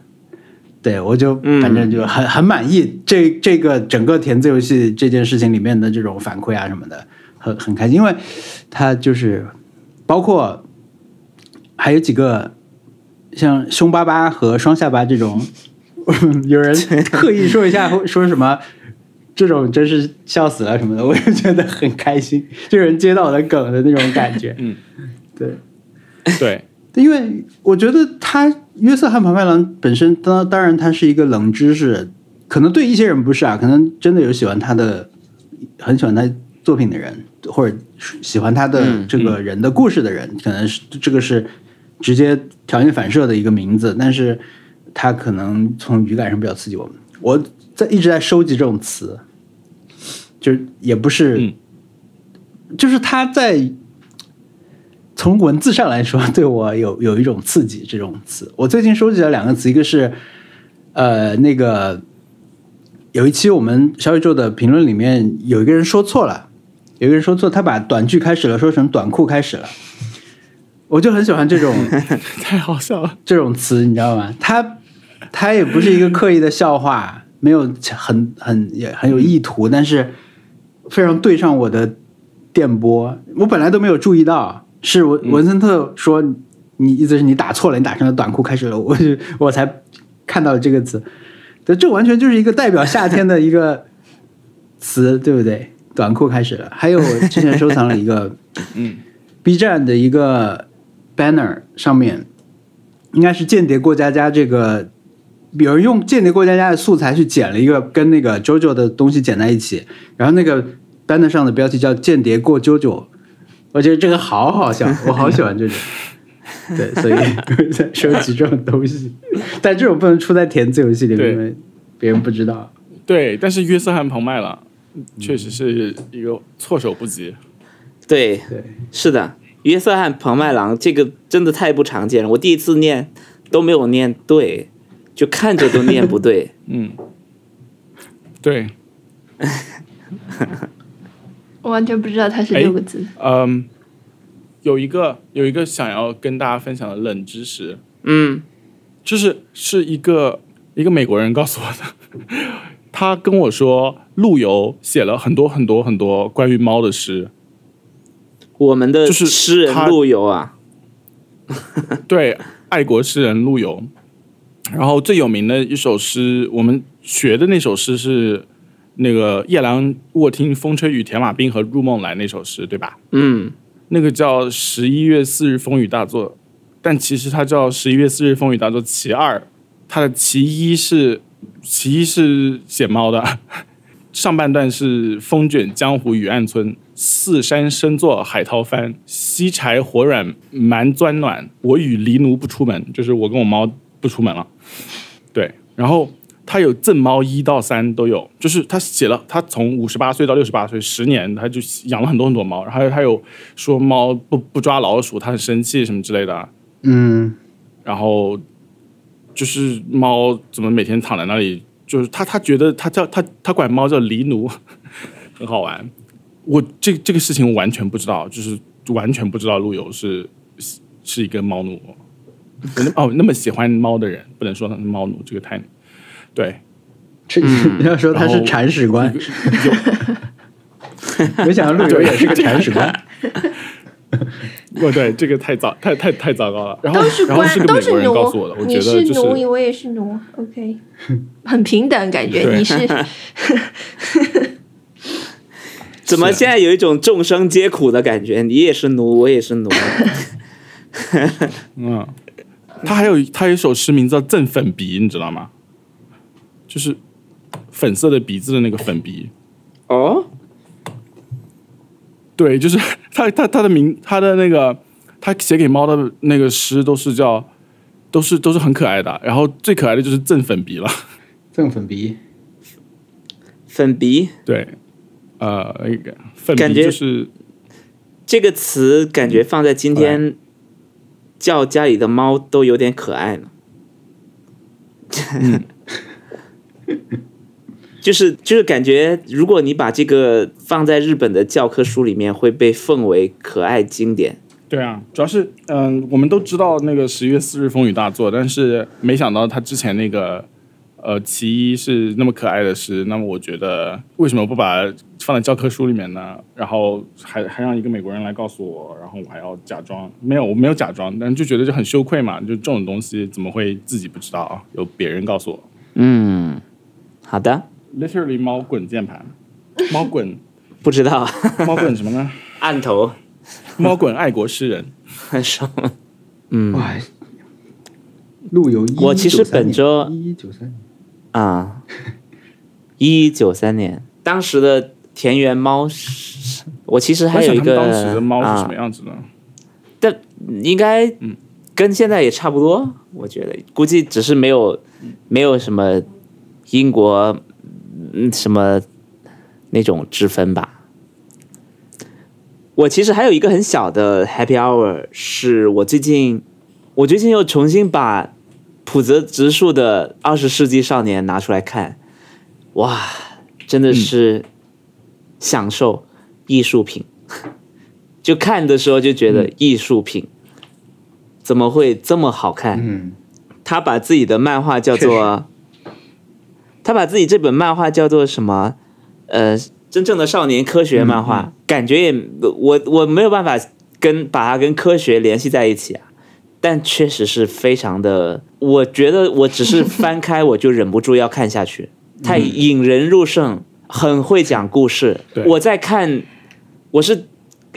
Speaker 4: 对我就反正就很很满意这这个整个填字游戏这件事情里面的这种反馈啊什么的，很很开心，因为它就是包括还有几个像凶巴巴和双下巴这种， 有人刻意说一下说什么。这种真是笑死了什么的，我就觉得很开心，就有人接到我的梗的那种感觉。
Speaker 2: 嗯，
Speaker 4: 对。
Speaker 2: 对，
Speaker 4: 因为我觉得他约瑟翰庞麦郎本身，当当然他是一个冷知识，可能对一些人不是啊，可能真的有喜欢他的、很喜欢他作品的人，或者喜欢他的
Speaker 3: 嗯
Speaker 4: 这个人的故事的人，可能是这个是直接条件反射的一个名字，但是他可能从语感上比较刺激我们。我在一直在收集这种词，就是也不是，
Speaker 2: 嗯
Speaker 4: 就是他在从文字上来说，对我有有一种刺激。这种词，我最近收集了两个词，一个是呃那个有一期我们小宇宙的评论里面有一个人说错了，有一个人说错，他把短剧开始了说成短裤开始了，我就很喜欢这种
Speaker 2: 太好笑了。
Speaker 4: 这种词，你知道吗？他他也不是一个刻意的笑话，没有很很也很有意图，但是非常对上我的电波。我本来都没有注意到，是文文森特说、你意思是你打错了，你打成了短裤开始了，我就我才看到这个词。对，这完全就是一个代表夏天的一个词，对不对？短裤开始了。 还有我之前收藏了一个，
Speaker 2: 嗯
Speaker 4: ，B 站的一个 banner 上面，应该是《间谍过家家》这个，有人用《间谍过家家》的素材去剪了一个跟那个 JoJo 的东西剪在一起，然后那个 banner 上的标题叫《间谍过 JoJo》，我觉得这个好好 笑，我好喜欢这种。对，所以我在收集这种 东西，但这种不能出在填字游戏里面，
Speaker 2: 对
Speaker 4: 因为别人不知道。
Speaker 2: 对，但是约瑟翰庞麦了，确实是一个措手不及。
Speaker 3: 对，
Speaker 4: 对，
Speaker 3: 是的，约瑟翰彭麦郎这个真的太不常见了，我第一次念都没有念对，就看着都念 不对。
Speaker 2: 嗯，对，
Speaker 5: 我完全不知道它是
Speaker 2: 哎
Speaker 5: 六个字。
Speaker 2: 嗯，有一个有一个想要跟大家分享的冷知识，
Speaker 3: 嗯，
Speaker 2: 就是是一个一个美国人告诉我的， 他跟我说陆游写了很多很多很多关于猫的诗，
Speaker 3: 我们的
Speaker 2: 就是
Speaker 3: 诗人
Speaker 2: 他
Speaker 3: 陆游啊，
Speaker 2: 对，爱国诗人陆游。然后最有名的一首诗，我们学的那首诗是那个“夜郎卧听风吹雨，铁马冰”和“入梦来”那首诗，对吧？
Speaker 3: 嗯，
Speaker 2: 那个叫《十一月四日风雨大作》，但其实它叫《十一月四日风雨大作其二》，它的其一是其一是写猫的，上半段是风卷江湖雨岸村，四山深作海涛翻，西柴火软蛮钻暖，我与狸奴不出门，就是我跟我猫不出门了。对，然后他有赠猫一到三都有，就是他写了，他从五十八岁到六十八岁十年，他就养了很多很多猫，然后他有说猫不不抓老鼠，它很生气什么之类的，啊
Speaker 4: 嗯，
Speaker 2: 然后就是猫怎么每天躺在那里，就是他他觉得他叫他他管猫叫狸奴， 很好玩。我这这个事情我完全不知道，就是完全不知道陆游是是是一个猫奴。我那哦，那么喜欢猫的人，不能说他是猫奴，这个太对
Speaker 4: 这 你要说他
Speaker 2: 然
Speaker 4: 是
Speaker 2: 后
Speaker 4: 铲屎官，
Speaker 2: 有
Speaker 4: 没想到陆游也是个铲屎官。
Speaker 2: 哦对，这个太糟太太太糟糕了。然后
Speaker 5: 都是
Speaker 2: 然后
Speaker 5: 官
Speaker 2: 是，个
Speaker 5: 都
Speaker 2: 美国人
Speaker 5: 奴
Speaker 2: 告诉我的，我觉
Speaker 5: 你
Speaker 2: 得就是
Speaker 5: 奴，我也是奴。OK，很 平等感觉，
Speaker 2: 对
Speaker 5: 你是
Speaker 3: 怎么
Speaker 2: 是
Speaker 3: 现在有一种众生皆苦的感觉？你也是奴，我也是 奴。
Speaker 2: 嗯，他还有他有一首诗名叫《赠粉鼻》，你知道吗？就是粉色的鼻子的那个粉鼻。
Speaker 3: 哦，
Speaker 2: 对，就是 他他他的名，他的那个他写给猫的那个诗都是叫，都是都是很可爱的。然后最可爱的就是赠粉鼻了。
Speaker 4: 赠粉鼻，
Speaker 3: 粉鼻
Speaker 2: 对，呃，那个粉
Speaker 3: 感
Speaker 2: 鼻
Speaker 3: 觉
Speaker 2: 就是
Speaker 3: 这个词感觉放在今天，叫家里的猫都有点可爱呢。嗯 就是就是感觉，如果你把这个放在日本的教科书里面，会被奉为可爱经典。
Speaker 2: 对啊，主要是嗯、我们都知道那个十月四日风雨大作，但是没想到他之前那个呃其一是那么可爱的诗，那么我觉得为什么不把它放在教科书里面呢？然后还还让一个美国人来告诉我，然后我还要假装没有，我没有假装，但就觉得就很羞愧嘛，就这种东西怎么会自己不知道啊？有别人告诉我
Speaker 3: 嗯，好的，
Speaker 2: ，literally 猫滚键盘，猫滚
Speaker 3: 不知道
Speaker 2: 猫滚什么呢？
Speaker 3: 按头
Speaker 2: 猫滚爱国诗人，
Speaker 3: 什么？嗯
Speaker 4: 哇，陆游一
Speaker 3: 我其实本周
Speaker 4: 一九三
Speaker 3: 啊，一九三年当时的田园猫是，我其实
Speaker 2: 我
Speaker 3: 还
Speaker 2: 在
Speaker 3: 有
Speaker 2: 想
Speaker 3: 一
Speaker 2: 他们当
Speaker 3: 个
Speaker 2: 时的猫是什么
Speaker 3: 啊，
Speaker 2: 样子的？
Speaker 3: 但应该跟现在也差不多，我觉得估计只是没有没有什么英国嗯什么那种之分吧。我其实还有一个很小的 Happy Hour，是我最近我最近又重新把浦泽直树的《二十世纪少年》拿出来看，哇，真的是享受艺术品。 就看的时候就觉得艺术品怎么会这么好看？
Speaker 4: 嗯，
Speaker 3: 他把自己的漫画叫做，他把自己这本漫画叫做什么？呃，真正的少年科学漫画，感觉也我我没有办法跟把它跟科学联系在一起啊，但确实是非常的，我觉得我只是翻开我就忍不住要看下去，太引人入胜，很会讲故事
Speaker 2: 对。
Speaker 3: 我在看，我是。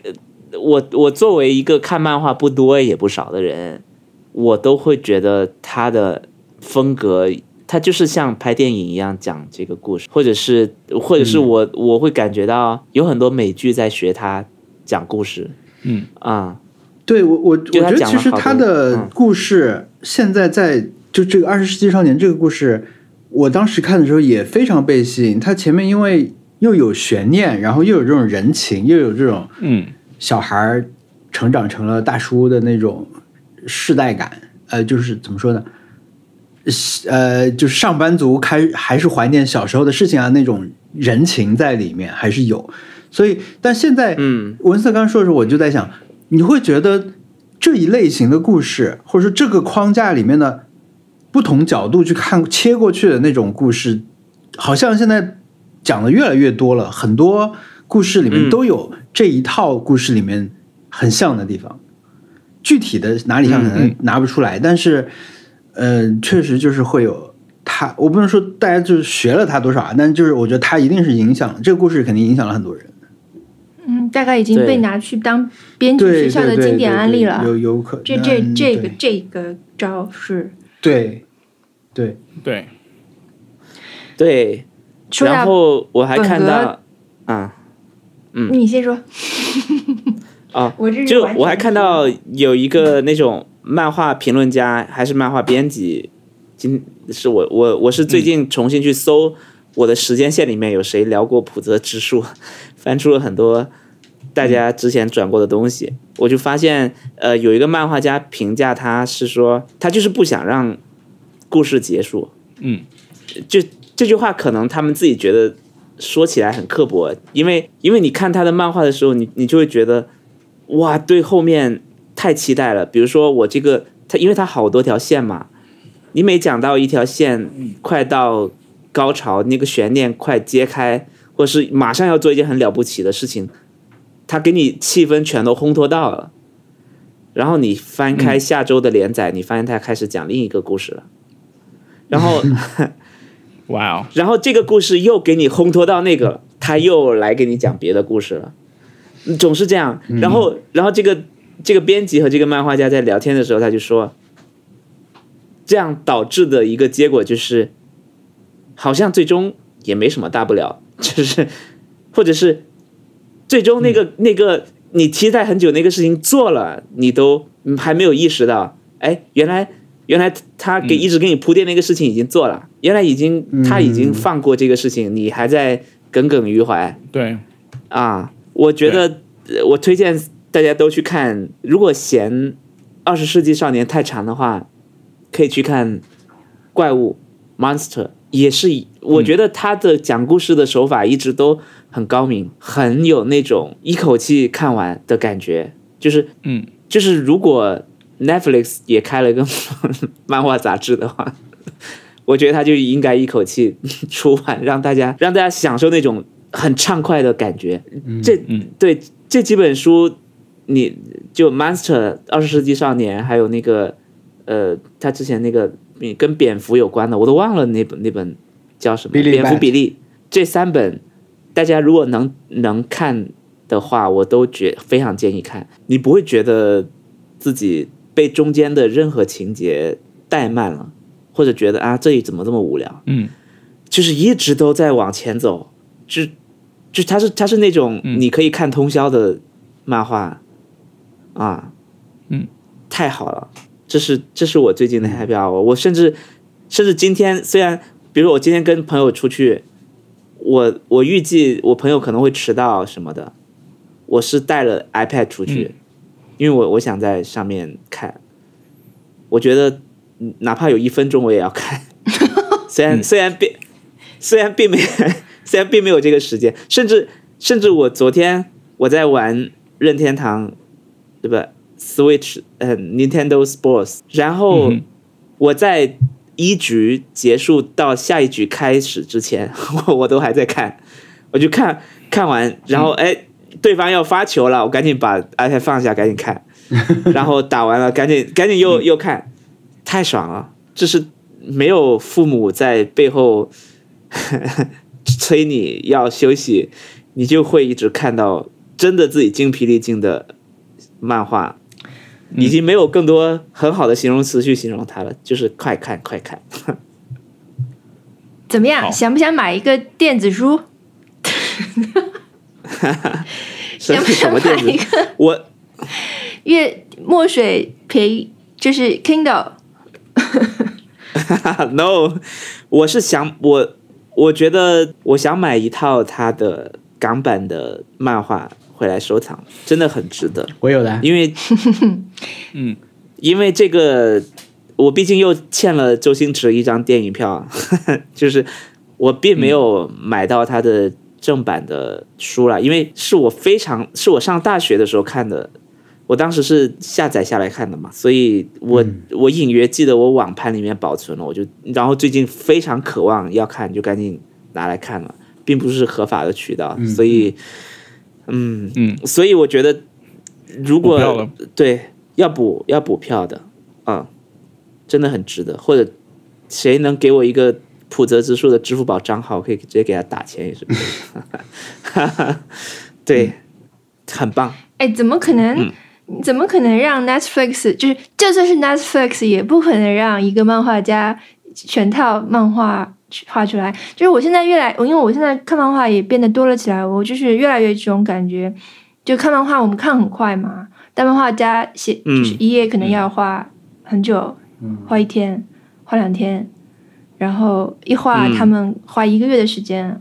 Speaker 3: 呃我我作为一个看漫画不多也不少的人，我都会觉得他的风格，他就是像拍电影一样讲这个故事，或者是或者是我、我会感觉到有很多美剧在学他讲故事，
Speaker 2: 嗯
Speaker 3: 啊、
Speaker 4: 对我我我
Speaker 3: 就
Speaker 4: 觉
Speaker 3: 他
Speaker 4: 得
Speaker 3: 讲了
Speaker 4: 其实
Speaker 3: 好
Speaker 4: 他
Speaker 3: 多
Speaker 4: 的
Speaker 3: 嗯
Speaker 4: 故事现在在就这个《二十世纪少年》这个故事，我当时看的时候也非常被吸引。它前面因为又有悬念，然后又有这种人情，又有这种
Speaker 2: 嗯，
Speaker 4: 小孩儿成长成了大叔的那种世代感，呃，就是怎么说呢？是呃，就是上班族开还是怀念小时候的事情啊，那种人情在里面还是有。所以，但现在，
Speaker 3: 嗯，
Speaker 4: 文瑟刚说的时候，我就在想，你会觉得这一类型的故事，或者说这个框架里面的不同角度去看切过去的那种故事，好像现在讲的越来越多了，很多故事里
Speaker 3: 嗯
Speaker 4: 面都有这一套故事里面很像的地方。具体的哪里
Speaker 3: 嗯
Speaker 4: 像可能拿不出来，但是，呃，确实就是会有他，我不能说大家就是学了他多少啊，但就是我觉得他一定是影响了这个故事，肯定影响了很多人。
Speaker 5: 嗯，大概已经
Speaker 3: 对
Speaker 5: 被拿去当编剧
Speaker 4: 对
Speaker 5: 嗯学校
Speaker 4: 对
Speaker 5: 的
Speaker 4: 对
Speaker 5: 经典
Speaker 4: 对
Speaker 5: 案
Speaker 4: 对
Speaker 5: 例了。
Speaker 4: 有有可
Speaker 5: 这这
Speaker 4: 嗯
Speaker 5: 这个
Speaker 4: 对
Speaker 5: 这个招是
Speaker 4: 对对，
Speaker 2: 对，
Speaker 3: 对。
Speaker 5: 说
Speaker 3: 然
Speaker 5: 到
Speaker 3: 后我还看
Speaker 5: 本
Speaker 3: 到
Speaker 5: 格，
Speaker 3: 啊、
Speaker 5: 你先说，
Speaker 2: 嗯啊
Speaker 3: 哦，
Speaker 5: 我这是
Speaker 3: 就
Speaker 5: 完全
Speaker 3: 我还看
Speaker 5: 不
Speaker 3: 到
Speaker 5: 一样
Speaker 3: 有一个那种漫画评论家还是漫画编辑，今是我我我是最近重新去搜我的时间线里面有谁聊过普泽直树， 翻出了很多大家之前转过的东西，我就发现呃有一个漫画家评价他是说他就是不想让故事结束，
Speaker 2: 嗯，
Speaker 3: 就这句话可能他们自己觉得说起来很刻薄，因为因为你看他的漫画的时候，你你就会觉得，哇，对后面太期待了。比如说我这个他，因为他好多条线嘛，你每讲到一条线快到高潮，那个悬念快揭开，或是马上要做一件很了不起的事情，他给你气氛全都烘托到了。然后你翻开下周的连载，你发现他开始讲另一个故事了，然后
Speaker 2: 哇哦，
Speaker 3: 然后这个故事又给你烘托到那个了，他又来给你讲别的故事了，总是这样。然后，然后这个这个编辑和这个漫画家在聊天的时候，他就说，这样导致的一个结果就是，好像最终也没什么大不了， 就是或者是最终那个、那个你期待很久那个事情做了，你都嗯还没有意识到，哎，原来原来他给一直给你铺垫那个事情已经做了，原来已经他已经放过这个事情，你还在耿耿于怀
Speaker 2: 对，
Speaker 3: 啊！我觉得呃我推荐大家都去看，如果嫌《二十世纪少年》太长的话，可以去看《怪物》 Monster 也是，我觉得他的讲故事的手法一直都很高明，很有那种一口气看完的感觉。就是，
Speaker 2: 嗯，
Speaker 3: 就是如果 Netflix 也开了个 漫画杂志的话，我觉得他就应该一口气出完，让大家让大家享受那种很畅快的感觉。这
Speaker 2: 嗯
Speaker 3: 对这几本书，你就 Monster 二十世纪少年，还有那个呃，他之前那个嗯跟蝙蝠有关的，我都忘了那本那本叫什么？
Speaker 4: 比利
Speaker 3: 蝙蝠
Speaker 4: bat
Speaker 3: 比利这三本，大家如果能能看的话，我都觉非常建议看。你不会觉得自己被中间的任何情节怠慢了，或者觉得啊这里怎么这么无聊？
Speaker 2: 嗯，
Speaker 3: 就是一直都在往前走，就就它是它是那种
Speaker 2: 嗯
Speaker 3: 你可以看通宵的漫画、啊，
Speaker 2: 嗯，
Speaker 3: 太好了，这是这是我最近的 happy hour。我甚至甚至今天虽然，比如我今天跟朋友出去，我我预计我朋友可能会迟到什么的，我是带了 iPad 出去，因为我我想在上面看，我觉得嗯哪怕有一分钟我也要看，虽然虽然并虽然并没 虽然并没有这个时间，甚至甚至我昨天我在玩任天堂，对吧？Switch，嗯、Nintendo Sports，然
Speaker 2: 嗯
Speaker 3: 后
Speaker 2: 哼
Speaker 3: 我在一局结束到下一局开始之前， 我我都还在看，我就看看完，然后哎。对方要发球了，我赶紧把 iPad 放下，赶紧看，然后打完了，赶紧赶紧又又看，太爽了！这是没有父母在背后 催你要休息，你就会一直看到真的自己精疲力尽的漫画，已经没有更多很好的形容词去形容它了，就是快看快看。
Speaker 5: 怎么
Speaker 2: 好
Speaker 5: 样？想不想买一个电子书？
Speaker 3: 什
Speaker 5: 想
Speaker 3: 么什
Speaker 5: 不想
Speaker 3: 么电
Speaker 5: 买
Speaker 3: 子
Speaker 5: 一？个
Speaker 3: 我
Speaker 5: 月墨水陪就是 Kindle？
Speaker 3: 啊 no，我是想我我觉得我想买一套它的港版的漫画回来收藏，真的很值得。
Speaker 4: 我有的，
Speaker 3: 因 为，
Speaker 2: 嗯，
Speaker 3: 因为这个，我毕竟又欠了周星驰一张电影票 啊，就是我并
Speaker 5: 嗯
Speaker 3: 没有买到他的正版的书啦，因为是我非常是我上大学的时候看的，我当时是下载下来看的嘛，所以我、我隐约记得我网盘里面保存了，我就然后最近非常渴望要看，就赶紧拿来看了，并不是合法的渠道，所以，嗯
Speaker 2: 嗯，
Speaker 3: 所以我觉得如
Speaker 2: 补票
Speaker 3: 果
Speaker 2: 了
Speaker 3: 对要补要补票的啊、真的很值得，或者谁能给我一个普泽之树的支付宝账号，我可以直接给他打钱也是可以的。 对，很棒。
Speaker 5: 哎，怎么可能？怎么可能让 Netflix 就是就算是 Netflix 也不可能让一个漫画家全套漫画去画出来？就是我现在越来，因为我现在看漫画也变得多了起来，我就是越来越这种感觉。就看漫画，我们看很快嘛，但漫画家写
Speaker 3: 嗯
Speaker 5: 就是一页可能要画很久，画一天，画两天，然后一画
Speaker 3: 嗯
Speaker 5: 他们花一个月的时间，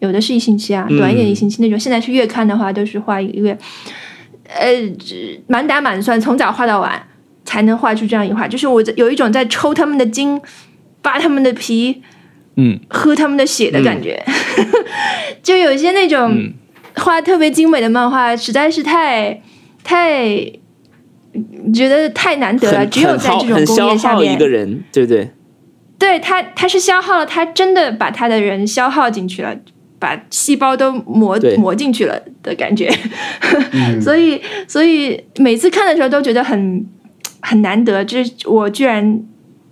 Speaker 5: 有的是一星期啊，
Speaker 3: 嗯
Speaker 5: 短一点一星期那种。现在去月刊的话，都是画一个月，呃，只满打满算从早画到晚才能画出这样一画。就是我在有一种在抽他们的筋、扒他们的皮、
Speaker 2: 嗯
Speaker 5: 喝他们的血的感觉，
Speaker 3: 嗯
Speaker 5: 就有一些那种。
Speaker 2: 嗯
Speaker 5: 画特别精美的漫画实在是太太觉得太难得了，
Speaker 3: 很
Speaker 5: 只有
Speaker 3: 很
Speaker 5: 在
Speaker 3: 耗
Speaker 5: 这种
Speaker 3: 很
Speaker 5: 工
Speaker 3: 消
Speaker 5: 业下
Speaker 3: 耗一
Speaker 5: 面
Speaker 3: 个，人，对不对？
Speaker 5: 对他他是消耗了，他真的把他的人消耗进去了。把细胞都磨
Speaker 3: 对
Speaker 5: 磨进去了的感觉，嗯
Speaker 4: 嗯
Speaker 5: 所以所以每次看的时候都觉得很很难得，就是我居然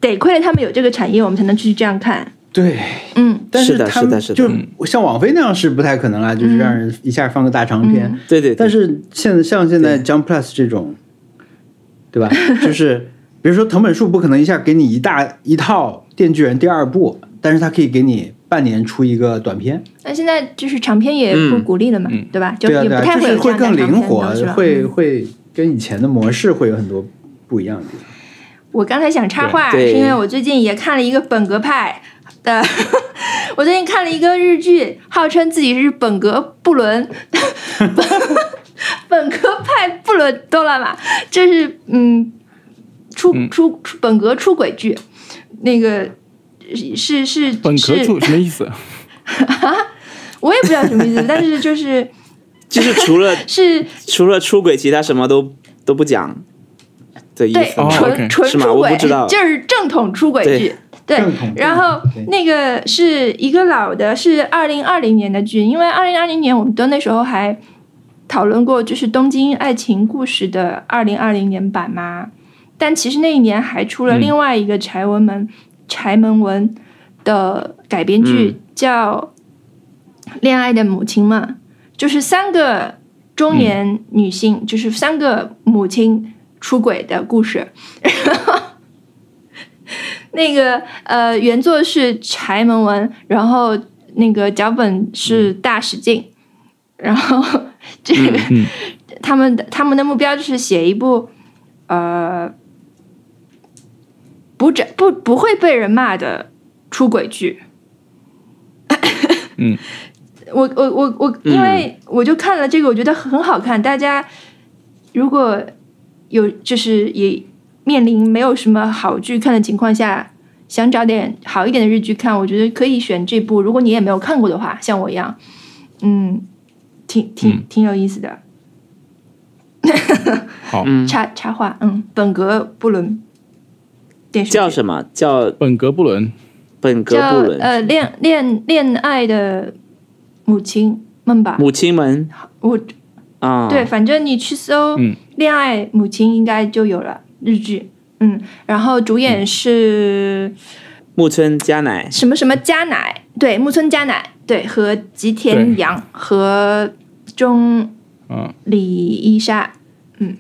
Speaker 5: 得亏了他们有这个产业，我们才能去这样看。
Speaker 4: 对，
Speaker 5: 嗯，
Speaker 4: 但
Speaker 3: 是的
Speaker 4: 他
Speaker 3: 是的
Speaker 4: 们
Speaker 3: 是的嗯
Speaker 4: 就像网飞那样是不太可能啦，就是让人一下放个大长篇。
Speaker 5: 嗯
Speaker 3: 对对对。
Speaker 4: 但是现在像现在 Jump Plus 这种，对吧？就是比如说藤本树不可能一下给你一大一套《电锯人》第二部，但是他可以给你半年出一个短片，
Speaker 5: 那现在就是长篇也不
Speaker 3: 嗯
Speaker 5: 鼓励了嘛，对吧？就
Speaker 4: 对啊
Speaker 5: 也
Speaker 4: 对
Speaker 5: 不
Speaker 4: 啊，
Speaker 5: 太
Speaker 4: 就是
Speaker 5: 有这
Speaker 4: 会
Speaker 5: 样的
Speaker 4: 更
Speaker 5: 长
Speaker 4: 灵
Speaker 5: 篇
Speaker 4: 活
Speaker 5: 东西，了
Speaker 4: 会
Speaker 5: 嗯
Speaker 4: 会跟以前的模式会有很多不一样的地方。
Speaker 5: 我刚才想插话，
Speaker 3: 对
Speaker 5: 是
Speaker 3: 对
Speaker 5: 因为我最近也看了一个本格派的， 我最近看了一个日剧，号称自己是本格布伦， 本格派布伦多拉玛，这是嗯出出出本格出轨剧，那个是是
Speaker 2: 本
Speaker 5: 是
Speaker 2: 可处什么意思？
Speaker 5: 我也不知道什么意思，但是就是
Speaker 3: 就是除了
Speaker 5: 是
Speaker 3: 除了出轨，其他什么都都不讲的意
Speaker 5: 对
Speaker 3: 思
Speaker 2: 哦
Speaker 3: 吗。
Speaker 2: OK
Speaker 5: 纯纯
Speaker 3: 是吗
Speaker 5: 出
Speaker 3: 我不
Speaker 5: 轨
Speaker 3: 知道，
Speaker 5: 就是正统出轨
Speaker 3: 对
Speaker 5: 剧。对
Speaker 4: 正统，
Speaker 5: 然后
Speaker 4: 对
Speaker 5: 那个是一个老的，是二零二零年的剧，因为二零二零年我们都那时候还讨论过，就是《东京爱情故事》的二零二零年版嘛。但其实那一年还出了
Speaker 2: 嗯
Speaker 5: 另外一个柴文门、柴门文的改编剧，
Speaker 3: 嗯
Speaker 5: 叫《恋爱的母亲》嘛，就是三个中年女性，
Speaker 4: 嗯
Speaker 5: 就是三个母亲出轨的故事。 那个呃，原作是柴门文，然后那个脚本是大使劲，然后这个、
Speaker 2: 嗯
Speaker 5: 他们的他们的目标就是写一部呃不这不不会被人骂的出轨剧。
Speaker 2: 嗯，
Speaker 5: 我我我我，因为我就看了这个，我觉得很好看。大家如果有就是也面临没有什么好剧看的情况下，想找点好一点的日剧看，我觉得可以选这部。如果你也没有看过的话，像我一样，嗯，挺挺
Speaker 2: 嗯
Speaker 5: 挺有意思的。
Speaker 3: 嗯，
Speaker 5: 插插画，嗯，本格不伦电视剧
Speaker 3: 叫什么？叫
Speaker 2: 本格不伦，
Speaker 3: 本格
Speaker 5: 叫
Speaker 3: 布伦。
Speaker 5: 呃恋恋恋爱的母亲们吧。
Speaker 3: 母亲们
Speaker 5: 我
Speaker 3: 啊，
Speaker 5: 对，，反正你去搜
Speaker 2: 嗯
Speaker 5: “恋爱母亲”应该就有了日剧。嗯，然后主演
Speaker 2: 嗯
Speaker 5: 是
Speaker 3: 木村佳乃，
Speaker 5: 什么什么加乃，对，木村佳乃，对，和
Speaker 2: 对
Speaker 5: 吉田洋和中
Speaker 2: 嗯，
Speaker 5: 里伊莎，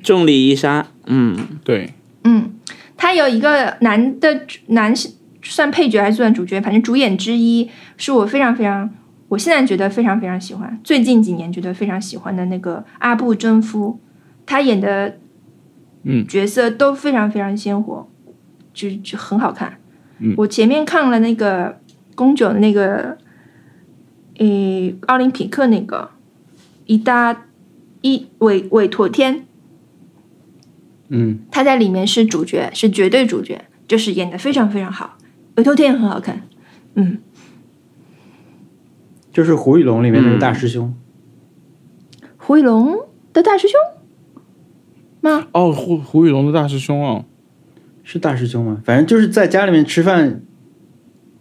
Speaker 3: 重力伊莎，嗯，
Speaker 2: 对，
Speaker 5: 嗯，他有一个男的主男是算配角还是算主角，反正主演之一是我非常非常，我现在觉得非常非常喜欢，最近几年觉得非常喜欢的那个阿部真夫，他演的
Speaker 2: 嗯
Speaker 5: 角色都非常非常鲜活，就就很好看。
Speaker 2: 嗯
Speaker 5: 我前面看了那个宫九的那个，诶，奥林匹克那个一搭一委委托天，
Speaker 4: 嗯，
Speaker 5: 他在里面是主角，是绝对主角，就是演的非常非常好，尾头天也很好看。嗯，
Speaker 4: 就是《胡与龙》里面那个大师兄，
Speaker 5: 胡一龙的大师兄吗？
Speaker 2: 哦，胡胡宇龙的大师兄哦，
Speaker 4: 是大师兄吗？反正就是在家里面吃饭，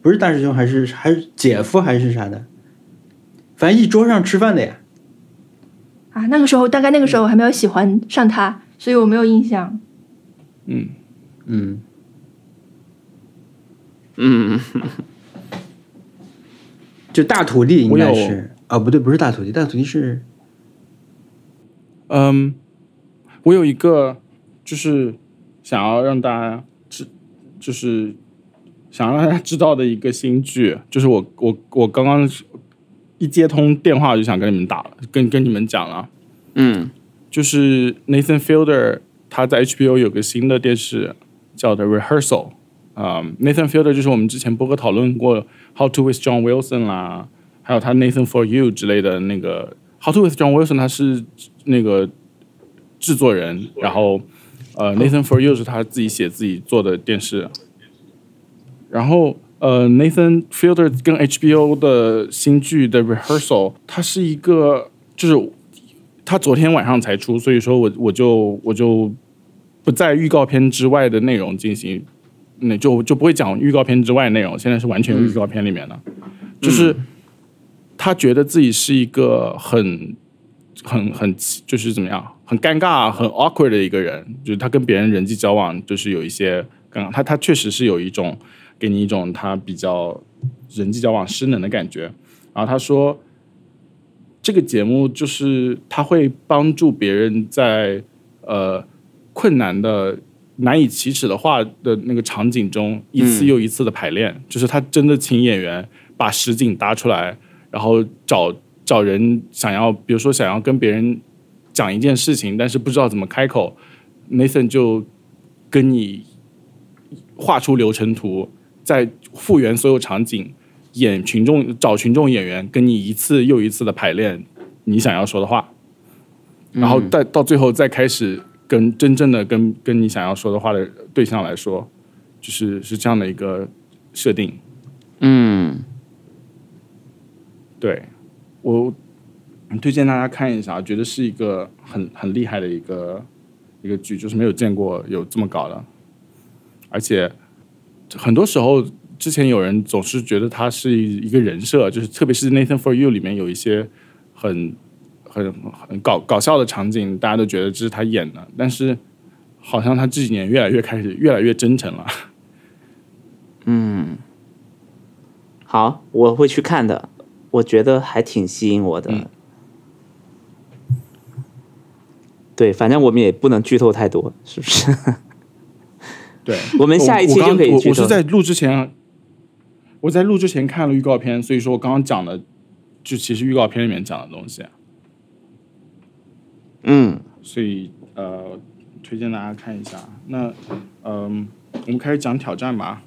Speaker 4: 不是大师兄还是还是姐夫还是啥的，反正一桌上吃饭的呀。
Speaker 5: 啊，那个时候大概那个时候我还没有喜欢上他，所以我没有印象。
Speaker 2: 嗯，
Speaker 4: 嗯，
Speaker 3: 嗯，
Speaker 4: 就大徒弟应该
Speaker 2: 我有
Speaker 4: 是啊、不对，不是大徒弟，大徒弟是
Speaker 2: 嗯，我有一个就是想要让大家知，就是想要让大家知道的一个新剧，就是我我我刚刚一接通电话就想跟你们打了，跟跟你们讲了，
Speaker 3: 嗯
Speaker 2: 就是 Nathan Fielder 他在 HBO 有个新的电视叫的 Rehearsal，啊、n a t h a n Fielder 就是我们之前播客讨论过 How to with John Wilson 啦，还有他 Nathan for You 之类的那个 How to with John Wilson 他是那个制作人，然后呃 Nathan for You 是他自己写自己做的电视，然后呃 Nathan Fielder 跟 HBO 的新剧的 Rehearsal，它是一个就是他昨天晚上才出，所以说我我就我就不在预告片之外的内容进行，那就就不会讲预告片之外内容，现在是完全预告片里面的，就是他觉得自己是一个很很很就是怎么样，很尴尬、很 awkward 的一个人，就是他跟别人人际交往就是有一些尴尬，他他确实是有一种给你一种他比较人际交往失能的感觉，然后他说。这个节目就是他会帮助别人在呃困难的、难以启齿的话的那个场景中，一次又一次的排练。就是他真的请演员把实景搭出来，然后找找人想要，比如说想要跟别人讲一件事情，但是不知道怎么开口，Nathan 就跟你画出流程图，再复原所有场景，演群众找群众演员跟你一次又一次的排练你想要说的话，然后到到最后再开始跟真正的跟跟你想要说的话的对象来说，就是是这样的一个设定。
Speaker 3: 嗯，
Speaker 2: 对我推荐大家看一下，觉得是一个很很厉害的一个一个剧，就是没有见过有这么搞的，而且很多时候之前有人总是觉得他是一个人设，就是特别是《Nathan for You》里面有一些很很很搞搞笑的场景，大家都觉得这是他演的，但是好像他这几年越来越开始越来越真诚了。
Speaker 3: 好，我会去看的，我觉得还挺吸引我的。
Speaker 2: 嗯
Speaker 3: 对，反正我们也不能剧透太多，是不是？
Speaker 2: 对，
Speaker 3: 我们下一期
Speaker 2: 我
Speaker 3: 就可以
Speaker 2: 我刚
Speaker 3: 剧
Speaker 2: 我
Speaker 3: 透
Speaker 2: 是在录之前，我在录之前看了预告片，所以说我刚刚讲的，就其实预告片里面讲的东西，啊
Speaker 3: 嗯，
Speaker 2: 所以呃，推荐大家看一下。那嗯、我们开始讲挑战吧。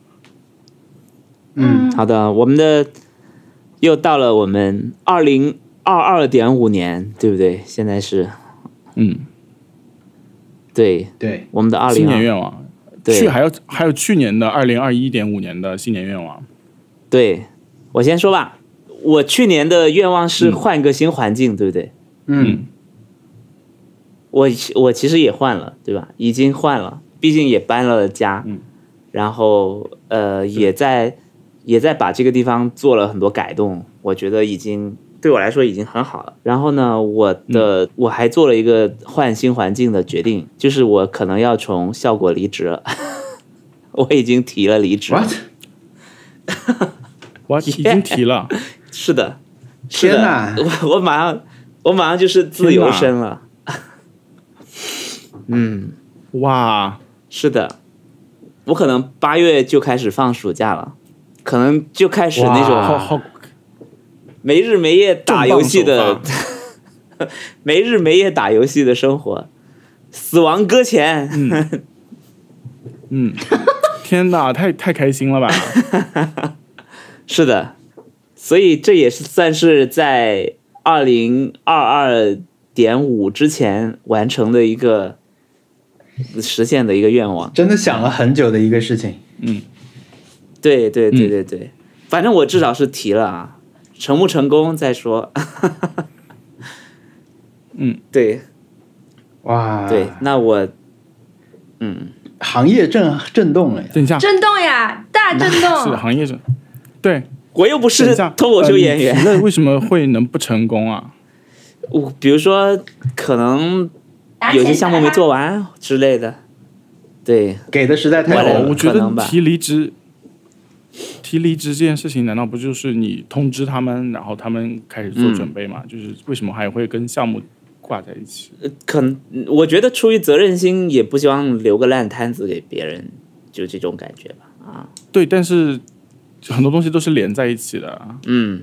Speaker 4: 嗯，
Speaker 3: 好的，我们的又到了我们二零二二点五年，对不对？现在是
Speaker 2: 嗯，
Speaker 3: 对
Speaker 4: 对，
Speaker 3: 我们的二
Speaker 2: 新
Speaker 3: 零
Speaker 2: 年
Speaker 3: 二
Speaker 2: 愿望，去
Speaker 3: 对
Speaker 2: 还有还有去年的二零二一点五年的新年愿望。
Speaker 3: 对，我先说吧。我去年的愿望是换个新环境，对不对？
Speaker 4: 嗯
Speaker 3: 我我其实也换了，对吧？已经换了，毕竟也搬了家，
Speaker 2: 嗯
Speaker 3: 然后呃也在也在把这个地方做了很多改动，我觉得已经对我来说已经很好了。然后呢，我
Speaker 4: 嗯
Speaker 3: 的、我还做了一个换新环境的决定，就是我可能要从效果离职了， 我已经提了离职。
Speaker 4: ，what？
Speaker 2: 我已经提 了，
Speaker 3: 是的，是
Speaker 4: 天
Speaker 3: 的
Speaker 4: 哪，
Speaker 3: 我我马上我马上就是自由身了。嗯，
Speaker 2: 哇，
Speaker 3: 是的，我可能八月就开始放暑假了，可能就开始那
Speaker 4: 哇
Speaker 2: 好好
Speaker 3: 种没日没夜打游戏的
Speaker 2: 重磅，
Speaker 3: 没日没夜打游戏的生活，死亡搁浅。
Speaker 2: 嗯，天哪，太太开心 了吧？
Speaker 3: 是的，所以这也是算是在二零二二点五之前完成的一个实现的一个愿望。
Speaker 4: 真的想了很久的一个事情。
Speaker 3: 对对对
Speaker 2: 嗯
Speaker 3: 对对，反正我至少是提了啊，成不成功再说。
Speaker 2: 嗯，啊
Speaker 3: 对
Speaker 4: 哇，
Speaker 3: 对，，那我，嗯，
Speaker 4: 行业震震动了呀！
Speaker 2: 等一下，
Speaker 5: 嗯震动呀，大震
Speaker 2: 是
Speaker 5: 动，
Speaker 2: 行业是，对，
Speaker 3: 我又不
Speaker 2: 等
Speaker 3: 是
Speaker 2: 一下
Speaker 3: 脱口秀演
Speaker 2: 呃
Speaker 3: 员
Speaker 2: 你，提了为什么会能不成功啊？
Speaker 3: 我比如说可能
Speaker 5: 拿
Speaker 3: 有
Speaker 5: 钱
Speaker 3: 些项目
Speaker 5: 打
Speaker 3: 没
Speaker 5: 吧
Speaker 3: 做完之类的，对，
Speaker 4: 给的实在太
Speaker 3: 我
Speaker 4: 多
Speaker 3: 来
Speaker 2: 哦，
Speaker 4: 了
Speaker 2: 我，觉
Speaker 3: 可能
Speaker 2: 得
Speaker 3: 吧
Speaker 2: 提离职，提离职这件事情，难道不就是你通知他们，然后他们开始做
Speaker 3: 嗯
Speaker 2: 准备吗？就是为什么还会跟项目挂在一起？
Speaker 3: 可能我觉得出于责任心，也不希望留个烂摊子给别人，就这种感觉吧。
Speaker 2: 对，但是很多东西都是连在一起的。啊
Speaker 3: 嗯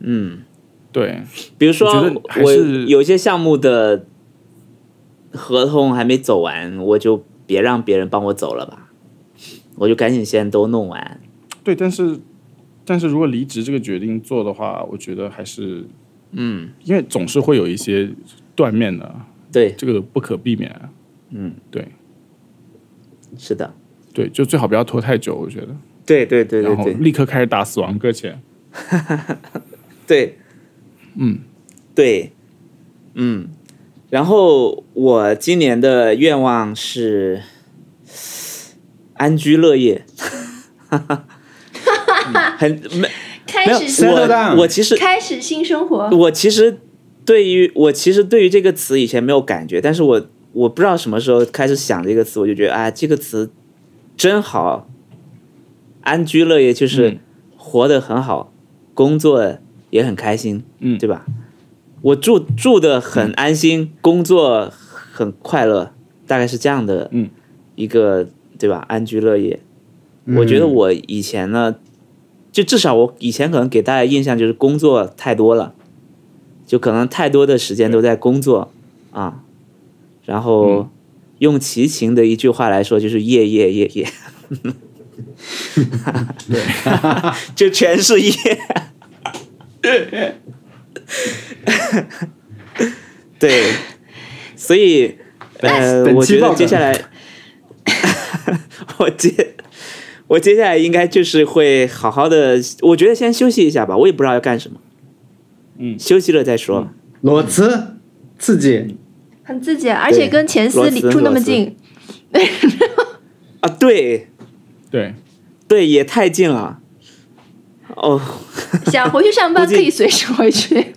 Speaker 3: 嗯。
Speaker 2: 对，
Speaker 3: 比如说
Speaker 2: 我觉得还
Speaker 3: 我
Speaker 2: 是
Speaker 3: 有一些项目的合同还没走完，我就别让别人帮我走了吧，我就赶紧先都弄完。
Speaker 2: 对，但是但是如果离职这个决定做的话，我觉得还是
Speaker 3: 嗯，
Speaker 2: 因为总是会有一些断面的，
Speaker 3: 对，
Speaker 2: 这个不可避免。啊
Speaker 3: 嗯，
Speaker 2: 对
Speaker 3: 是的，
Speaker 2: 对，就最好不要拖太久，我觉得，
Speaker 3: 对对对对
Speaker 2: 然后
Speaker 3: 对
Speaker 2: 立刻开始打死亡搁浅。
Speaker 3: 对
Speaker 2: 嗯，
Speaker 3: 对，嗯。然后我今年的愿望是安居乐业，嗯很没没
Speaker 5: 开
Speaker 3: 有
Speaker 5: 始
Speaker 4: 我 Settle down
Speaker 3: 我我其实
Speaker 5: 开始新生活，
Speaker 3: 我其实对于我其实对于这个词以前没有感觉，但是我我不知道什么时候开始想这个词，我就觉得啊，这个词真好，安居乐业就是
Speaker 2: 嗯
Speaker 3: 活得很好，工作也很开心，
Speaker 2: 嗯
Speaker 3: 对吧？我住住的很安心，工作很快乐，大概是这样的，
Speaker 2: 嗯，
Speaker 3: 一个对吧？安居乐业，
Speaker 4: 嗯
Speaker 3: 我觉得我以前呢，就至少我以前可能给大家印象就是工作太多了，就可能太多的时间都在工作啊。然后
Speaker 2: 嗯
Speaker 3: 用齐秦的一句话来说，就是夜夜夜夜，
Speaker 2: 对，
Speaker 3: 就全是夜。对，所以
Speaker 4: 本
Speaker 2: 哎
Speaker 3: 呃，
Speaker 4: 本
Speaker 3: 我
Speaker 4: 期
Speaker 3: 觉
Speaker 4: 爆
Speaker 3: 得接
Speaker 4: 梗
Speaker 3: 下来我接我接下来应该就是会好好的，我觉得先休息一下吧，我也不知道要干什么。
Speaker 2: 嗯
Speaker 3: 休息了再说吧。
Speaker 4: 裸辞，刺激，
Speaker 5: 很自己啊，而且跟前司
Speaker 3: 螺
Speaker 5: 离
Speaker 3: 丝
Speaker 5: 住那
Speaker 3: 螺
Speaker 5: 么
Speaker 3: 丝
Speaker 5: 近，
Speaker 3: 啊，对
Speaker 2: 对，
Speaker 3: 对，也太近了。哦，
Speaker 5: 想回去上班
Speaker 3: 估
Speaker 5: 可
Speaker 3: 计
Speaker 5: 以随时回去。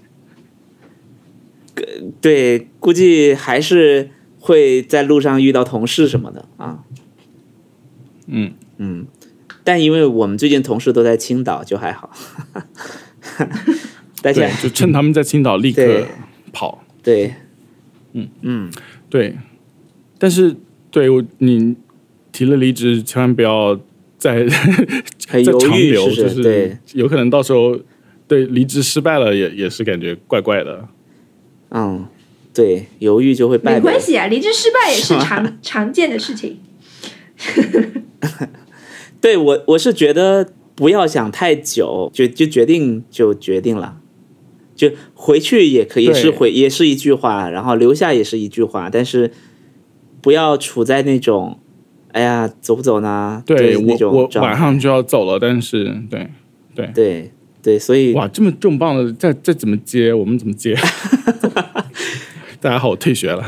Speaker 3: 对，估计还是会在路上遇到同事什么的啊。
Speaker 2: 嗯
Speaker 3: 嗯，但因为我们最近同事都在青岛，就还好。 大家
Speaker 2: 对，就趁他们在青岛立刻
Speaker 3: 对
Speaker 2: 跑。
Speaker 3: 对，
Speaker 2: 嗯
Speaker 3: 嗯，
Speaker 2: 对，但是对我你提了离职，千万不要再
Speaker 3: 很
Speaker 2: 再
Speaker 3: 犹
Speaker 2: 长
Speaker 3: 豫，
Speaker 2: 留，
Speaker 3: 是
Speaker 2: 就
Speaker 3: 不是？对
Speaker 2: 是，有可能到时候对离职失败了也也是感觉怪怪的。
Speaker 3: 嗯，对，犹豫就会败
Speaker 5: 没
Speaker 3: 北。
Speaker 5: 关系啊，离职失败也是
Speaker 3: 是吧
Speaker 5: 常常见的事情。
Speaker 3: 对我，我是觉得不要想太久，就就决定就决定了，就回去也可以也是
Speaker 2: 对
Speaker 3: 回也是一句话，然后留下也是一句话，但是不要处在那种，哎呀，走不走呢？
Speaker 2: 对
Speaker 3: 那
Speaker 2: 我我
Speaker 3: 种状
Speaker 2: 晚
Speaker 3: 态。
Speaker 2: 上就要走了，但是对
Speaker 3: 对对，所以
Speaker 2: 哇，这么重磅的，再再怎么接，我们怎么 接？ 大家好，我退学了。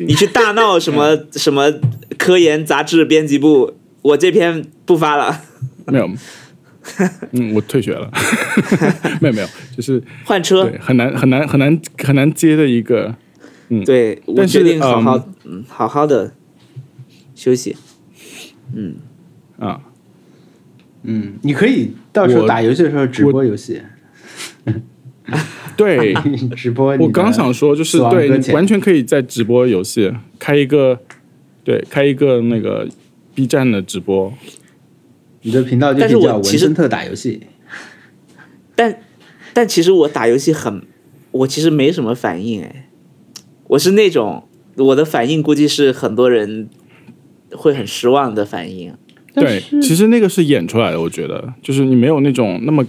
Speaker 3: 你去大闹 什么
Speaker 2: 嗯
Speaker 3: 什么科研杂志编辑部，我这篇不发了，
Speaker 2: 没有， 嗯，我退学了。 没有没有，就是
Speaker 3: 换车
Speaker 2: 对。很难很难很难很难接的一个，
Speaker 3: 对，我
Speaker 2: 嗯但是
Speaker 3: 决定好
Speaker 2: 嗯
Speaker 3: 好嗯好好的休息。
Speaker 2: 啊，
Speaker 4: 嗯，你可以到时候
Speaker 2: 我
Speaker 4: 打游戏的时候直播游戏，
Speaker 2: 对
Speaker 4: 直播你的。
Speaker 2: 我刚想说，就是
Speaker 4: 死亡
Speaker 2: 对，
Speaker 4: 搁
Speaker 2: 你
Speaker 4: 浅
Speaker 2: 完全可以在直播游戏开一个，对，开一个那个 B 站的直播，
Speaker 4: 你的频道就
Speaker 3: 但是
Speaker 4: 比
Speaker 3: 我
Speaker 4: 较文
Speaker 3: 其实
Speaker 4: 森特打游戏，
Speaker 3: 但但其实我打游戏很，我其实没什么反应哎，我是那种我的反应估计是很多人会很失望的反应。
Speaker 2: 对，其实那个是演出来的，我觉得，就是你没有那种那么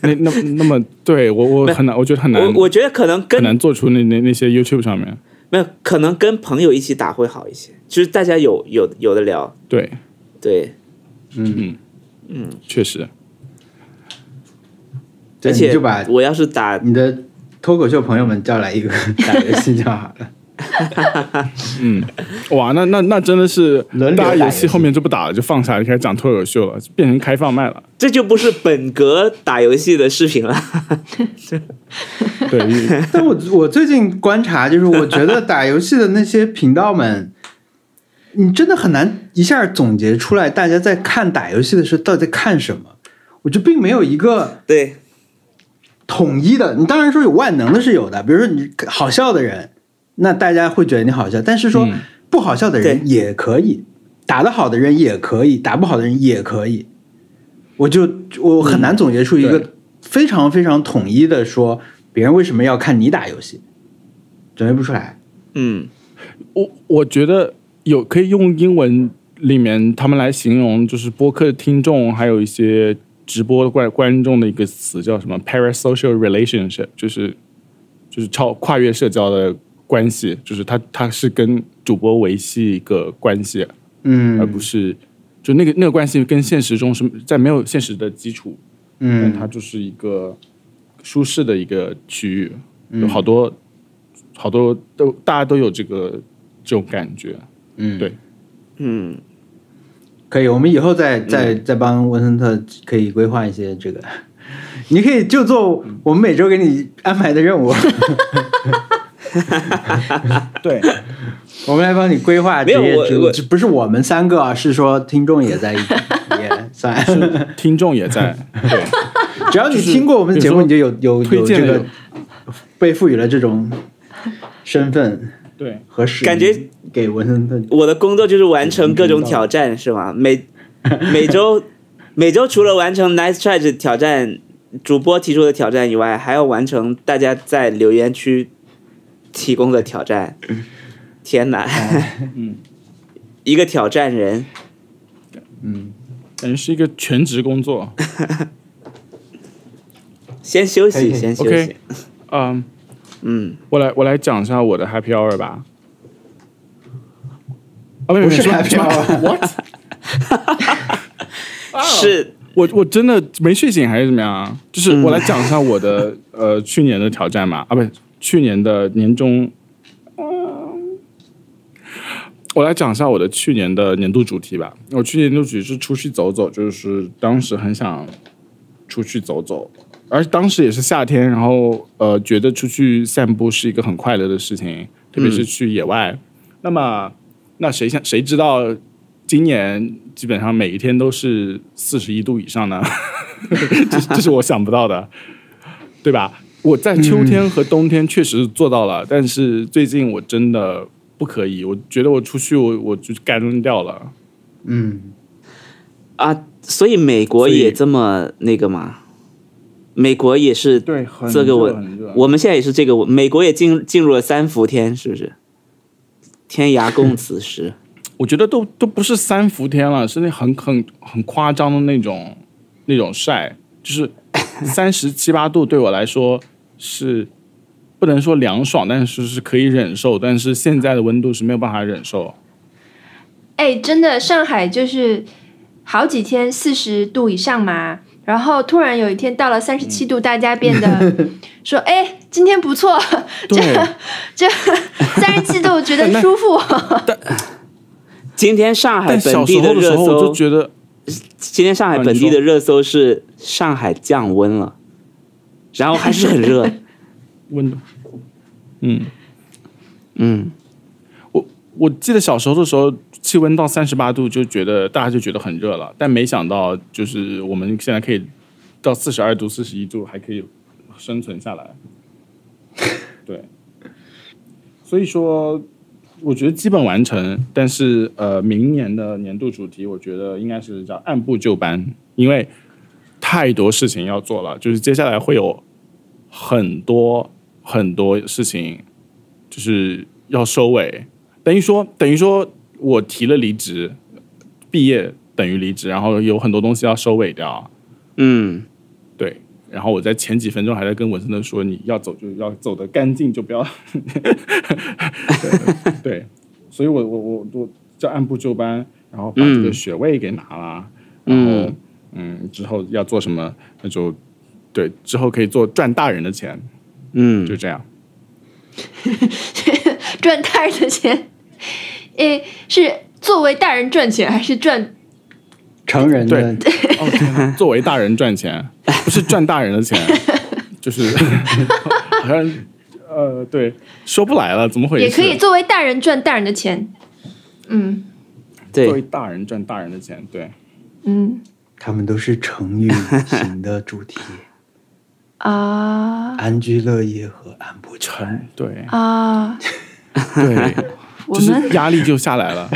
Speaker 2: 那那那么对我我很难，我觉得很难
Speaker 3: 我，我觉得可能
Speaker 2: 很
Speaker 3: 跟
Speaker 2: 难做出那那那些 YouTube 上面，
Speaker 3: 没有可能跟朋友一起打会好一些，就是大家有有有的聊，
Speaker 2: 对，
Speaker 3: 对，
Speaker 4: 嗯
Speaker 3: 嗯
Speaker 2: 确实，
Speaker 4: 对
Speaker 3: 而且
Speaker 4: 你就把
Speaker 3: 我要是打
Speaker 4: 你的脱口秀朋友们叫来一 个打游戏就好了。
Speaker 2: 哇，那那那真的是
Speaker 4: 轮流
Speaker 2: 大
Speaker 4: 打
Speaker 2: 家
Speaker 4: 游
Speaker 2: 游戏
Speaker 4: 戏
Speaker 2: 后面就不打了，就放下了，开始讲脱口秀了，变成开放麦了。
Speaker 3: 这就不是本格打游戏的视频了，
Speaker 2: 对，
Speaker 4: 但我我最近观察，就是我觉得打游戏的那些频道们，你真的很难一下总结出来大家在看打游戏的时候到底在看什么。我就并没有一个
Speaker 3: 对
Speaker 4: 统一的，你当然说有万能的是有的，比如说你好笑的人，那大家会觉得你好笑，但是说
Speaker 2: 嗯
Speaker 4: 不好笑的人
Speaker 3: 对
Speaker 4: 也可以，打得好的人也可以，打不好的人也可以。我就我很难总结出一
Speaker 2: 嗯
Speaker 4: 个非常非常统一的说，别人为什么要看你打游戏，总结不出来。
Speaker 3: 嗯，
Speaker 2: 我我觉得有可以用英文里面他们来形容，就是播客听众还有一些直播的观观众的一个词叫什么 parasocial relationship，就是就是超跨越社交的关系，就是他他是跟主播维系一个关系，而
Speaker 4: 嗯
Speaker 2: 不是就那个那个关系跟现实中是在没有现实的基础但它
Speaker 4: 嗯，
Speaker 2: 就是一个舒适的一个区域，
Speaker 4: 嗯
Speaker 2: 有好多好多都大家都有这个这种感觉。
Speaker 4: 可以，我们以后再
Speaker 2: 嗯
Speaker 4: 再再帮文森特可以规划一些这个， 你可以就做
Speaker 2: 嗯
Speaker 4: 我们每周给你安排的任务。
Speaker 2: 对，
Speaker 4: 我们来帮你规划职
Speaker 3: 没
Speaker 4: 业
Speaker 3: 有我
Speaker 4: 之路，
Speaker 3: 我
Speaker 4: 这不是我们三个啊，是说听众也在一起，也 算。
Speaker 2: 听众也在，对
Speaker 4: 只要你
Speaker 2: 就是
Speaker 4: 听过我们的节目，你
Speaker 2: 比
Speaker 4: 就有有
Speaker 2: 推
Speaker 4: 有
Speaker 2: 荐
Speaker 4: 这
Speaker 2: 了
Speaker 4: 个被赋予了这种身份
Speaker 2: 对
Speaker 4: 和使命
Speaker 3: 感觉
Speaker 4: 给文森特。
Speaker 3: 我的工作就是完成各种挑战，是
Speaker 2: 嗯
Speaker 3: 吗？ 每每周每周除了完成 Nice Try 的挑战，主播提出的挑战以外，还要完成大家在留言区提供的挑战。天哪，
Speaker 2: 嗯，
Speaker 3: 一个挑战人，
Speaker 4: 嗯
Speaker 2: 感觉是一个全职工作。
Speaker 3: 先休
Speaker 4: 可以
Speaker 3: 息，
Speaker 4: 可以
Speaker 3: 先休息
Speaker 2: OK，嗯，
Speaker 3: 嗯
Speaker 2: 我来我来讲一下我的 Happy Hour 吧。啊，不
Speaker 4: 不是 happy hour
Speaker 2: ，what？
Speaker 3: 是
Speaker 2: 我我真的没睡醒还是怎么样啊？就是我来讲一下我的、呃去年的挑战嘛，啊不，去年的年终，呃我来讲一下我的去年的年度主题吧。我去年年度主题是出去走走，就是当时很想出去走走，而当时也是夏天，然后呃觉得出去散步是一个很快乐的事情，特别是去野外。那么那谁想谁知道今年基本上每一天都是四十一度以上呢？ 这是这是我想不到的，对吧？我在秋天和冬天确实做到了，但是最近我真的不可以，我觉得我出去我我就该扔掉了。
Speaker 4: 嗯，
Speaker 3: 啊，所以美国
Speaker 2: 所以
Speaker 3: 也这么那个嘛？美国也是，
Speaker 2: 对，很
Speaker 3: 这个我
Speaker 2: 我
Speaker 3: 我们现在也是这个，美国也进进入了三伏天，是不是？天涯共此时，
Speaker 2: 我觉得都都不是三伏天了，是那很很很夸张的那种那种晒，就是 三十七八度对我来说是不能说凉爽，但是是可以忍受，但是现在的温度是没有办法忍受。
Speaker 5: 哎，真的，上海就是好几天四十度以上嘛，然后突然有一天到了三十七度，大家 变得说，哎，今天不错，
Speaker 2: 对，
Speaker 5: 这三十七 度觉得舒服。
Speaker 3: 今天上海
Speaker 2: 但小
Speaker 3: 本
Speaker 2: 时
Speaker 3: 地
Speaker 2: 候的时
Speaker 3: 热
Speaker 2: 候我
Speaker 3: 搜
Speaker 2: 就，觉得
Speaker 3: 今天上海本地的热搜是上海降温了，然后还是很 热，
Speaker 2: 温度，嗯。
Speaker 3: 嗯，
Speaker 2: 我记得小时候的时候，气温到三十八度就觉得大家就觉得很热了，但没想到就是我们现在可以到四十二度、四十一度还可以生存下来。对，所以说我觉得基本完成，但是呃，明年的年度主题我觉得应该是叫按部就班，因为太多事情要做了，就是接下来会有很多很多事情就是要收尾。等于说，等于说我提了离职，毕业等于离职，然后有很多东西要收尾掉，
Speaker 3: 嗯，
Speaker 2: 对。然后我在前几分钟还在跟文森特说，你要走就要走得干净，就不要， 对对。所以我我我我就按部就班，然后把这个
Speaker 3: 嗯
Speaker 2: 学位给拿了，然后
Speaker 3: 嗯
Speaker 2: 嗯，之后要做什么那就对，之后可以做赚大人的钱，
Speaker 3: 嗯
Speaker 2: 就这样。
Speaker 5: 赚大人的钱，诶，是作为大人赚钱，还是赚
Speaker 4: 成人的
Speaker 2: 哦，天哪作为大人赚钱，不是赚大人的钱， 就是 好像呃，对，说不来了，怎么回事？
Speaker 5: 也可以作为大人赚大人的钱？嗯
Speaker 2: 作为
Speaker 3: 对，
Speaker 2: 大人赚大人的钱，对，
Speaker 5: 嗯
Speaker 4: 他们都是成语型的主题，
Speaker 5: 啊
Speaker 4: 安居乐业和安不全。
Speaker 2: 成对
Speaker 5: 啊，
Speaker 2: 对，
Speaker 5: 我
Speaker 2: 就是
Speaker 5: 们
Speaker 2: 压力就下来了。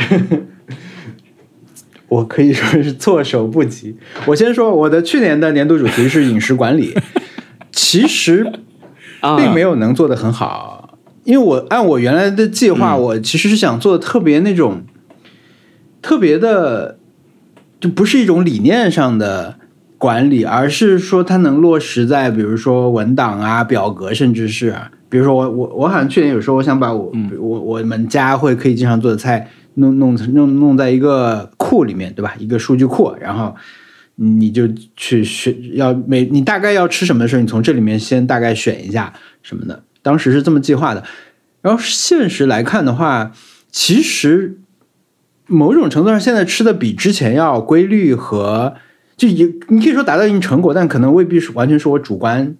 Speaker 4: 我可以说是措手不及。我先说我的去年的年度主题是饮食管理，其实
Speaker 3: 啊，
Speaker 4: 并没有能做得很好，因为我按我原来的计划，我其实是想做得特别那种特别的，就不是一种理念上的管理，而是说它能落实在比如说文档啊、表格，甚至是比如说我我我好像去年有说我想把我、我我们家会可以经常做的菜弄弄弄弄在一个库里面，对吧？一个数据库，然后。你就去选，要每你大概要吃什么的时候，你从这里面先大概选一下什么的。当时是这么计划的。然后现实来看的话，其实某种程度上，现在吃的比之前要规律和就也你可以说达到一定成果，但可能未必是完全是我主观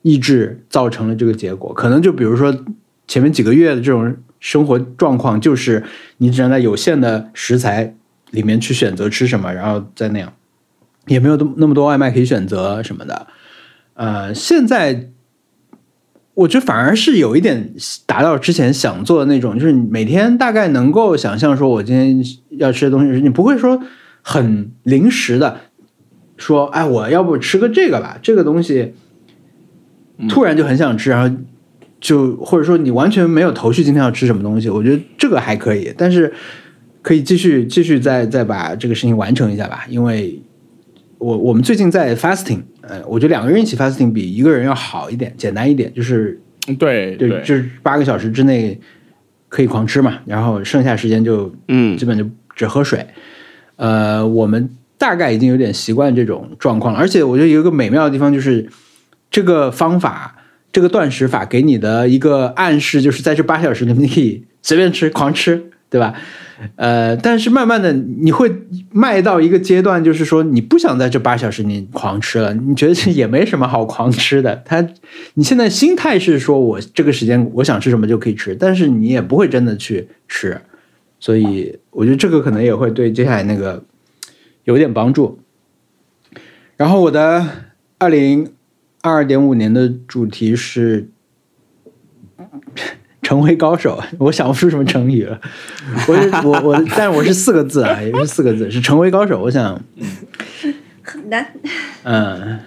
Speaker 4: 意志造成了这个结果。可能就比如说前面几个月的这种生活状况，就是你只能在有限的食材里面去选择吃什么，然后再那样，也没有那么那么多外卖可以选择什么的。呃，现在我觉得反而是有一点达到之前想做的那种，就是你每天大概能够想象说，我今天要吃的东西是，你不会说很临时的说，哎，我要不吃个这个吧，这个东西突然就很想吃，然后就或者说你完全没有头绪今天要吃什么东西，我觉得这个还可以，但是可以继续继续再再把这个事情完成一下吧，因为我我们最近在 fasting，呃，我觉得两个人一起 fasting 比一个人要好一点，简单一点，就是
Speaker 2: 对
Speaker 4: 对，就是八个小时之内可以狂吃嘛，然后剩下时间就
Speaker 2: 嗯
Speaker 4: 基本就只喝水。呃，我们大概已经有点习惯这种状况了，而且我觉得有一个美妙的地方就是这个方法，这个断食法给你的一个暗示就是在这八小时里面你可以随便吃、狂吃，对吧？呃，但是慢慢的你会迈到一个阶段，就是说你不想在这八小时你狂吃了，你觉得这也没什么好狂吃的。它，你现在心态是说我这个时间我想吃什么就可以吃，但是你也不会真的去吃，所以我觉得这个可能也会对接下来那个有点帮助。然后我的二零二二点五年的主题是 成为高手， 我想不出什么成语了。 我是我我，但是我是四个字啊，也是四个字，是成为高手。我想，
Speaker 5: 很难，
Speaker 4: 嗯，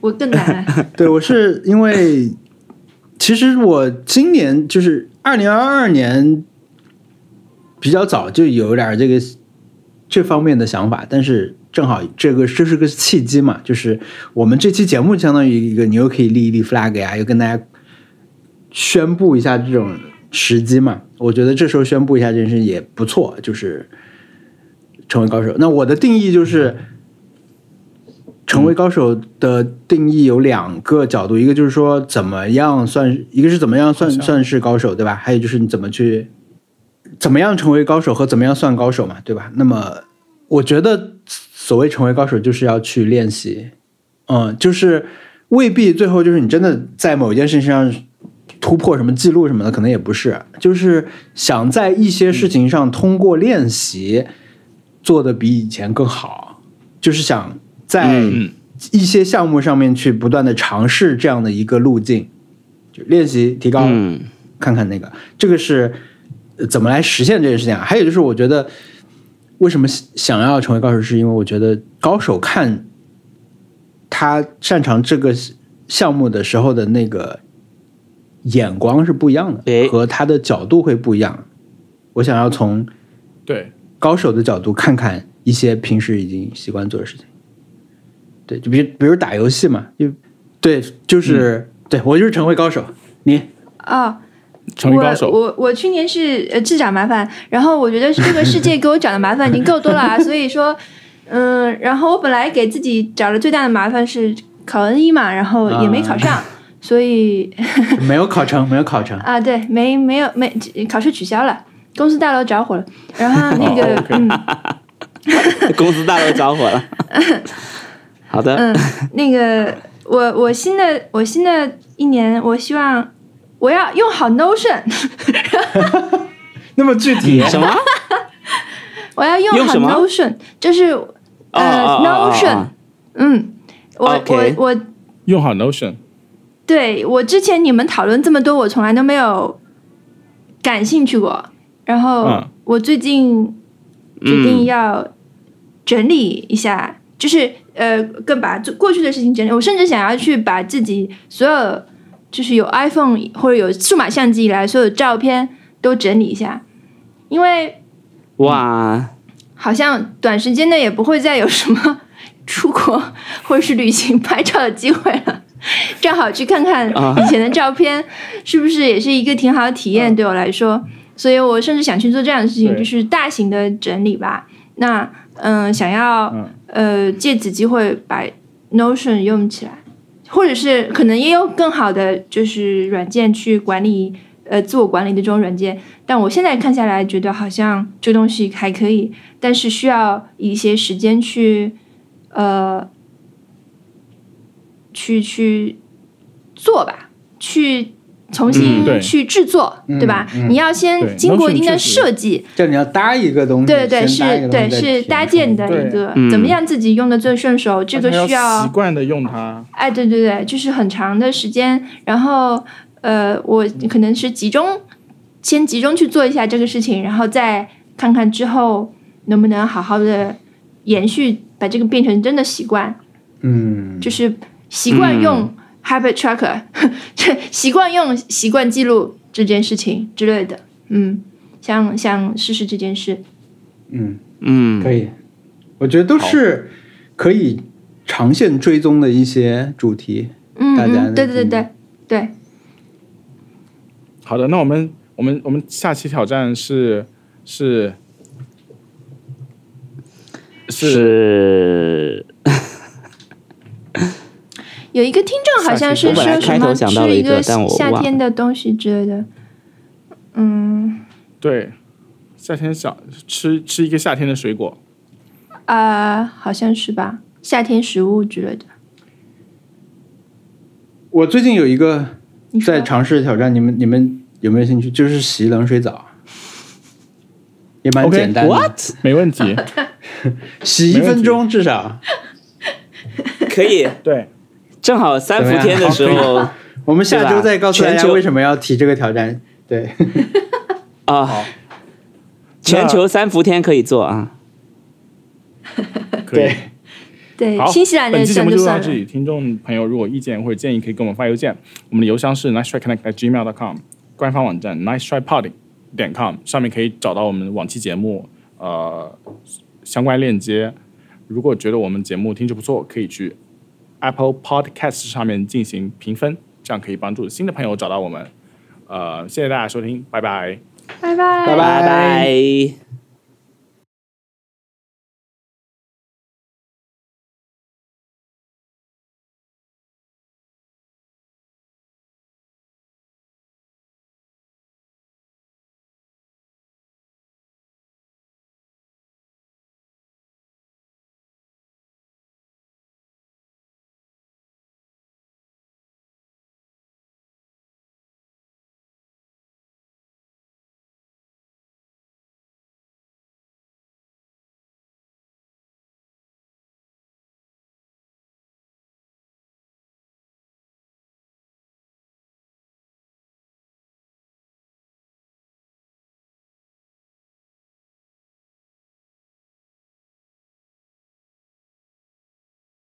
Speaker 5: 我更 难了。
Speaker 4: 对我是因为，其实我今年就是二零二二年比较早就有点儿这个这方面的想法，但是正好这个这是个契机嘛，就是我们这期节目相当于一个，你又可以立一立 flag 呀、又跟大家宣布一下这种时机嘛。我觉得这时候宣布一下这件事也不错，就是成为高手。那我的定义就是，成为高手的定义有两个角度，一个就是说怎么样算，一个是怎么样算算是高手，对吧？还有就是你怎么去。怎么样成为高手和怎么样算高手嘛，对吧？那么我觉得所谓成为高手，就是要去练习，嗯，就是未必最后就是你真的在某件事情上突破什么记录什么的，可能也不是，就是想在一些事情上通过练习做的比以前更好，就是想在
Speaker 2: 嗯
Speaker 4: 一些项目上面去不断的尝试这样的一个路径，就练习提高
Speaker 2: 嗯
Speaker 4: 看看那个，这个是呃怎么来实现这件事情啊？还有就是，我觉得为什么想要成为高手，是因为我觉得高手看他擅长这个项目的时候的那个眼光是不一样
Speaker 3: 诶
Speaker 4: 的，和他的角度会不一样。我想要从
Speaker 2: 对，
Speaker 4: 高手的角度看看一些平时已经习惯做的事情。对，就比如比如打游戏嘛，就对，就是、对我就是成为高手。你
Speaker 5: 哦，
Speaker 2: 成为高手
Speaker 5: 我我我去年是呃自找麻烦，然后我觉得是这个世界给我找的麻烦已经够多了 啊，所以说，嗯，然后我本来给自己找的最大的麻烦是考 N 一嘛，然后也没考
Speaker 3: 啊
Speaker 5: 上，所以
Speaker 4: 没有考成，没有考成。
Speaker 5: 啊对，没没有没考试取消了，公司大楼着火了，然后那 个、
Speaker 2: 哦，OK
Speaker 5: 嗯。
Speaker 3: 公司大楼着火了。 好的，
Speaker 5: 嗯，那个我我新的我新的一年，我希望我要用好 Notion，
Speaker 4: 那么具体
Speaker 3: 什么？
Speaker 5: 我要用
Speaker 3: 用
Speaker 5: 好
Speaker 3: 什么
Speaker 5: Notion，就是
Speaker 3: 哦
Speaker 5: 呃
Speaker 3: 哦哦哦
Speaker 5: Notion，嗯，我
Speaker 3: OK
Speaker 5: 我我
Speaker 2: 用好 Notion，
Speaker 5: 对我之前你们讨论这么多，我从来都没有感兴趣过。然后
Speaker 2: 嗯
Speaker 5: 我最近决定要整理一下，就是呃，更把做过去的事情整理。我甚至想要去把自己所有就是有 iPhone 或者有数码相机以来所有照片都整理一下，因为
Speaker 3: 哇，
Speaker 5: 好像短时间内也不会再有什么 出国或者是旅行拍照的机会了。 正好去看看
Speaker 3: 啊
Speaker 5: 以前的照片，是不是也是一个挺好的体验对我来说？所以我甚至想去做这样的事情，
Speaker 2: 对
Speaker 5: 就是大型的整理吧。那嗯、想要
Speaker 2: 嗯
Speaker 5: 呃借此机会把 Notion 用起来，或者是可能也有更好的就是软件去管理呃自我管理的这种软件。但我现在看下来，觉得好像这东西还可以，但是需要一些时间去呃去去做吧，去重
Speaker 2: 嗯
Speaker 5: 新
Speaker 2: 对
Speaker 5: 去制作，
Speaker 4: 嗯
Speaker 5: 对吧？
Speaker 4: 嗯
Speaker 5: 你要先
Speaker 2: 对
Speaker 5: 经过一
Speaker 2: Notion
Speaker 5: 定的
Speaker 2: 确实
Speaker 5: 设计，
Speaker 4: 就你要搭一个东西，
Speaker 5: 对对
Speaker 4: 先搭一
Speaker 5: 是，
Speaker 4: 个
Speaker 5: 对
Speaker 4: 东西再
Speaker 5: 是
Speaker 4: 填
Speaker 5: 搭
Speaker 4: 充
Speaker 5: 建的一个
Speaker 3: 对，
Speaker 5: 怎么样自己用的最顺手，这个
Speaker 2: 而且
Speaker 5: 需要
Speaker 2: 习惯的用它。
Speaker 5: 哎，对对对，就是很长的时间，然后呃，我可能是集中先集中去做一下这个事情，然后再看看之后能不能好好的延续，把这个变成真的习惯，
Speaker 4: 嗯，
Speaker 5: 就是习惯用 habit tracker，、这 习惯用习惯记录这件事情之类的，嗯，想想试试这件事，
Speaker 4: 嗯，
Speaker 3: 嗯，
Speaker 4: 可以，我觉得都是可以长线追踪的一些主题。
Speaker 5: 嗯
Speaker 4: 大家
Speaker 5: 嗯，对对对对对，
Speaker 2: 好的，那我们我们我们下期挑战是是是
Speaker 3: 是
Speaker 5: 有一个听众好像是
Speaker 2: 我本
Speaker 3: 来
Speaker 5: 说什
Speaker 3: 开头
Speaker 5: 么
Speaker 3: 想到
Speaker 5: 吃
Speaker 3: 了一个
Speaker 5: 个
Speaker 3: 但我忘
Speaker 5: 夏
Speaker 3: 了
Speaker 5: 天的东西之类的，嗯
Speaker 2: 对夏天想吃吃一个夏天的水果，
Speaker 5: 啊、好像是吧，夏天食物之类的。
Speaker 4: 我最近有一个
Speaker 5: 你说
Speaker 4: 在尝试挑战，你们你们有没有兴趣？就是洗冷水澡，也蛮
Speaker 2: OK，
Speaker 4: 简单的
Speaker 2: 没问 题。
Speaker 4: 洗一分钟至少。
Speaker 3: 可以。
Speaker 2: 对，
Speaker 3: 正好三伏
Speaker 4: 怎么样
Speaker 3: 天的时候
Speaker 4: 好我们下周再告诉大
Speaker 3: 全
Speaker 4: 家
Speaker 3: 球
Speaker 4: 为什么要提这个挑战。对，
Speaker 3: 啊，全球三伏天可以做啊。
Speaker 2: 可以。
Speaker 5: 对
Speaker 2: 好，，
Speaker 5: 新西兰
Speaker 2: 本
Speaker 5: 的
Speaker 2: 期节
Speaker 5: 真
Speaker 2: 目
Speaker 5: 就
Speaker 2: 就到
Speaker 5: 算
Speaker 2: 这
Speaker 5: 了。
Speaker 2: 里。听众朋友如果有意见或者建议，可以给我们发邮件。我们的邮箱是 nice try connect at gmail com，官方网站 nice try pod 点 com 上面可以找到我们往期节目呃相关链接。如果觉得我们节目听着不错，可以去 Apple Podcast 上面进行评分，这样可以帮助新的朋友找到我们。呃，谢谢大家收听，拜拜。
Speaker 5: 拜拜
Speaker 4: 拜
Speaker 3: 拜拜。